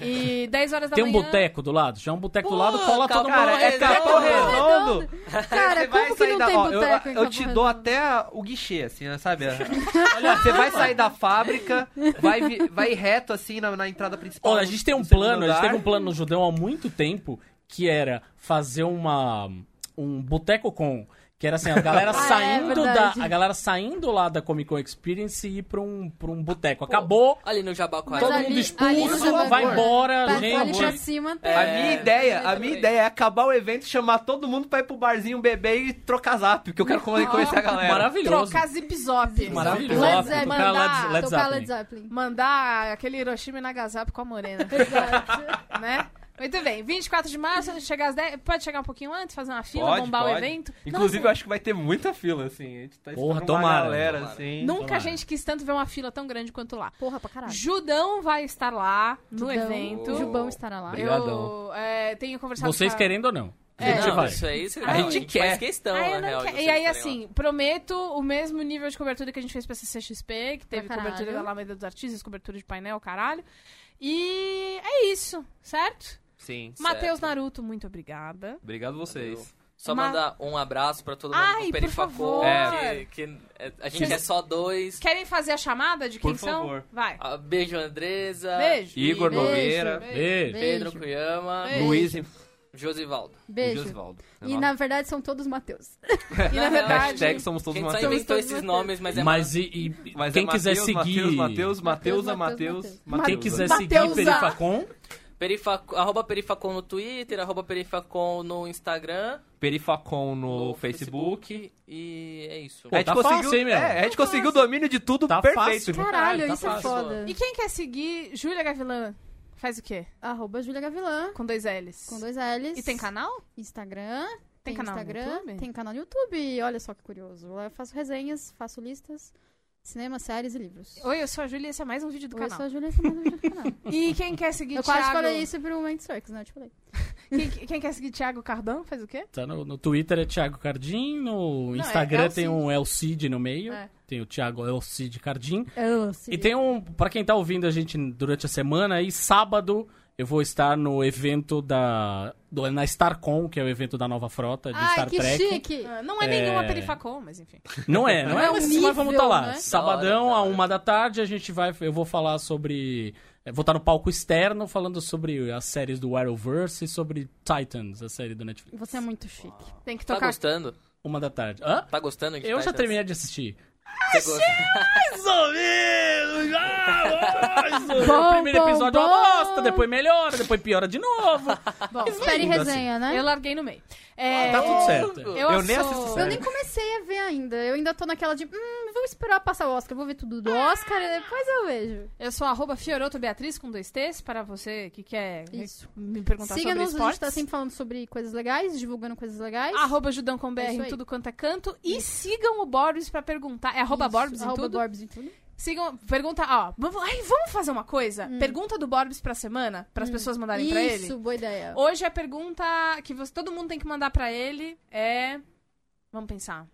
B: E 10 horas da
C: Tem um
B: manhã...
C: boteco do lado? Já um boteco do lado, cola
F: Puta,
C: todo mundo.
F: cara,
E: É Capão Redondo!
D: Cara,
E: Você vai
D: como que
E: sair
D: não
E: da-
D: tem
E: ó,
D: boteco
E: eu-
D: em
E: Eu,
D: Capão
E: te
D: Redondo?
E: dou até o guichê, assim, né, sabe? Olha, você vai sair da fábrica, vai, vi- vai reto, assim, na, na entrada principal.
C: Olha, a gente tem um
E: do segundo
C: plano, a gente
E: andar.
C: teve um plano no Judão há muito tempo, que era fazer uma um boteco com que era assim, a galera
D: Ah, é
C: saindo da
D: verdade.
C: a galera saindo lá da Comic Con Experience e ir pra um pra um boteco. Acabou,
F: Ali no Jabaquara.
D: Mas
C: todo
D: ali-
C: mundo
D: ali no
C: expulso,
D: Jabagor.
C: vai embora,
D: Pra, ali pra
C: gente. é,
D: cima tem.
E: A minha ideia, a minha
F: também.
E: ideia é acabar o evento, chamar todo mundo pra ir pro barzinho, beber e trocar zap, porque eu quero con- conhecer a galera.
C: Maravilhoso.
B: Trocar zip-zop.
C: Maravilhoso.
D: Led
C: Tocar
B: é
D: Zeppelin.
C: Led-
D: Mandar-
C: Led
D: Tocar
C: Zeppelin.
D: Led Zeppelin.
B: Mandar aquele Hiroshima e Nagasap com a morena,
D: Exato.
B: né? Muito bem, 24 de março, chegar às 10... Pode chegar um pouquinho antes, fazer uma fila,
E: Pode,
B: bombar o
E: pode.
B: evento?
E: Inclusive,
B: Nossa,
E: eu acho que vai ter muita fila, assim. A gente tá
C: Porra,
E: esperando
C: tomara.
E: uma galera,
F: Tomara.
E: assim.
B: Nunca a
C: Tomara.
B: gente quis tanto ver uma fila tão grande quanto lá.
D: Porra, pra caralho.
B: Judão vai estar lá no
D: Judão.
B: é evento.
D: O Jubão estará lá.
E: Obrigadão.
B: Eu é, tenho conversado
C: Vocês
B: com a-
C: querendo ou não? A
B: É,
C: gente
F: não,
C: vai.
F: isso aí, você-
E: A gente
F: faz
E: quer.
F: questão,
B: Ah, eu não
F: na real. de
B: quero.
F: vocês
B: E aí,
F: estarem lá.
B: assim, prometo o mesmo nível de cobertura que a gente fez pra CCXP, que teve
D: Pra caralho.
B: cobertura da Alameda dos Artistas, cobertura de painel, caralho. E é isso, certo?
E: Sim.
B: Matheus Naruto, muito obrigada.
E: Obrigado vocês.
F: Só
B: Ma-
F: mandar um abraço pra todo mundo
B: Ai,
F: do
B: por
F: Perifacô.
B: favor.
F: É, que, que- é, a gente é só dois.
B: Querem fazer a chamada de quem
E: Por favor.
B: são? Vai.
F: Ah, Beijo, Andresa.
B: Ah, Beijo.
E: Igor
D: Beijo.
E: Nogueira,
C: Beijo.
F: Pedro
D: Beijo.
F: Cuyama.
B: Beijo.
E: Luiz e
F: Josivaldo.
D: Beijo.
E: Josivaldo.
D: E na verdade são todos Mateus.
C: Tá
B: E na verdade,
E: Hashtag somos todos
F: Quem só
E: Mateus.
F: inventou
D: todos
F: esses
D: Mateus.
F: nomes, mas é
C: Mas e, e
E: Mas
C: quem
E: é
C: quiser
E: Mateus,
C: seguir
E: Matheus, Matheus, Mateusa,
D: Mateus,
E: Mateus, né?
D: Mateus.
C: quem
E: Mateusa.
C: quiser
B: Mateusa.
C: seguir Perifacom,
F: Perifac... Arroba Perifacom no Twitter, arroba Perifacom no Instagram,
E: Perifacom no,
F: no
E: Facebook.
F: Facebook. E é isso.
C: Pô,
E: a gente
C: tá
E: conseguiu,
C: fácil, hein, meu?
E: é, a gente conseguiu o domínio de tudo
C: tá
E: perfeito.
C: fácil. pra
D: Caralho,
C: tá
D: isso é
C: fácil.
D: foda.
B: e quem quer seguir Júlia Gavilan? Faz o quê?
D: Arroba Júlia Gavilã,
B: Com dois L's.
D: com dois L's.
B: E tem canal?
D: Instagram.
B: Tem canal no
D: Instagram,
B: YouTube?
D: Tem canal no YouTube. Olha só que curioso. Lá eu faço resenhas, faço listas, cinema, séries e livros.
B: Oi, eu sou a Júlia e esse é mais um vídeo do
D: Oi, eu
B: canal.
D: sou a Júlia, esse é mais um vídeo do canal.
B: E quem quer seguir
D: Eu
B: Thiago...
D: quase falei isso pro Mind Circus, né? Eu te falei.
B: Quem, quem quer seguir Thiago Cardan faz o quê?
C: Tá no, no Twitter é Thiago Cardim, no
B: é
C: Instagram
B: Elcid.
C: tem um Elcid no meio.
B: É.
C: Tem o Thiago Elcid Cardim.
D: Eu, sim.
C: E tem um, pra quem tá ouvindo a gente durante a semana, aí sábado eu vou estar no evento da do, na StarCon, que é o evento da nova frota de
D: Ai,
C: Star
D: que
C: Trek.
D: chique!
B: Ah, não é,
C: É.
B: nenhuma perifacom, mas enfim.
C: Não é, não
D: Não
C: é,
D: é um
C: mas,
D: nível,
C: mas vamos tá lá.
D: né?
F: Da
C: Sabadão
F: hora, da
C: a
F: hora.
C: uma da tarde a gente vai, eu vou falar sobre eh, vou estar no palco externo falando sobre as séries do Arrowverse e sobre Titans, a série do Netflix.
D: Você é muito chique.
B: Tem que
F: Tá
B: tocar...
F: gostando?
C: Uma da tarde. Hã?
F: Tá gostando? de
C: Eu já
F: Titans?
C: terminei de assistir.
F: Você gosta?
C: Mais ou menos! Ah, mais ou-
D: Bom,
C: o primeiro
D: bom,
C: episódio é uma
D: bom.
C: bosta, depois melhora, depois piora de novo.
B: Bom,
D: Espere
C: lindo,
D: resenha, né?
B: eu larguei no meio.
E: Ah,
B: É,
C: Tá tudo certo.
B: Eu,
E: Eu nem
B: sou-
E: assisto
D: Eu
E: série.
D: nem comecei a ver ainda. Eu ainda tô naquela de, hum, vou esperar passar o Oscar, vou ver tudo do Oscar e depois eu vejo.
B: Eu sou arroba Fioroto Beatriz com dois T's para você que quer
D: Isso.
B: me perguntar sobre
D: Siga-nos, a
B: esportes.
D: gente tá sempre falando sobre coisas legais, divulgando coisas legais.
B: Arroba Judão com BR
D: É isso
B: em
D: aí.
B: tudo quanto é canto. E sigam o Boris pra perguntar. É arroba Arroba
D: Isso,
B: Borbs em
D: arroba
B: tudo?
D: Borbs em tudo.
B: Sigam, pergunta, ó, vamos, ai, vamos fazer uma coisa? Pergunta do Borbs pra semana, para as pessoas mandarem pra ele.
D: Hum. Isso, boa ideia.
B: Hoje a pergunta que você- todo mundo tem que mandar pra ele é. Vamos pensar.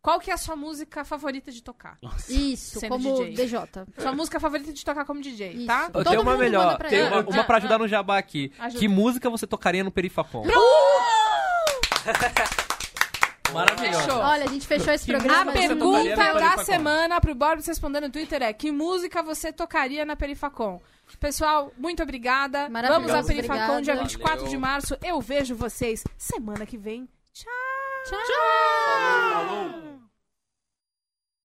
B: Qual que é a sua música favorita de tocar?
D: Isso,
B: Sendo
D: como
B: DJ.
D: DJ.
B: Sua música favorita de tocar como DJ,
D: Isso.
B: tá?
E: Eu
D: Todo
E: tenho uma
D: mundo
E: melhor.
D: manda pra Ah,
E: Tem
B: ele.
E: uma, uma pra ajudar no jabá aqui.
B: Ajuda.
E: Que música você tocaria no Perifacom?
C: Maravilhosa.
B: Fechou.
D: Olha, a gente fechou esse
C: Que
D: programa.
B: A
C: você
D: gente-
C: tocaria
B: pergunta
C: na
B: da
C: Perifacon?
B: semana pro Borbs responder no Twitter é: que música você tocaria na Perifacon? Pessoal, muito obrigada. Vamos
D: Maravilhoso,
B: à Perifacon,
D: obrigada.
B: dia 24 de
F: Valeu.
B: março. Eu vejo vocês semana que vem. Tchau!
D: Tchau.
F: Falou.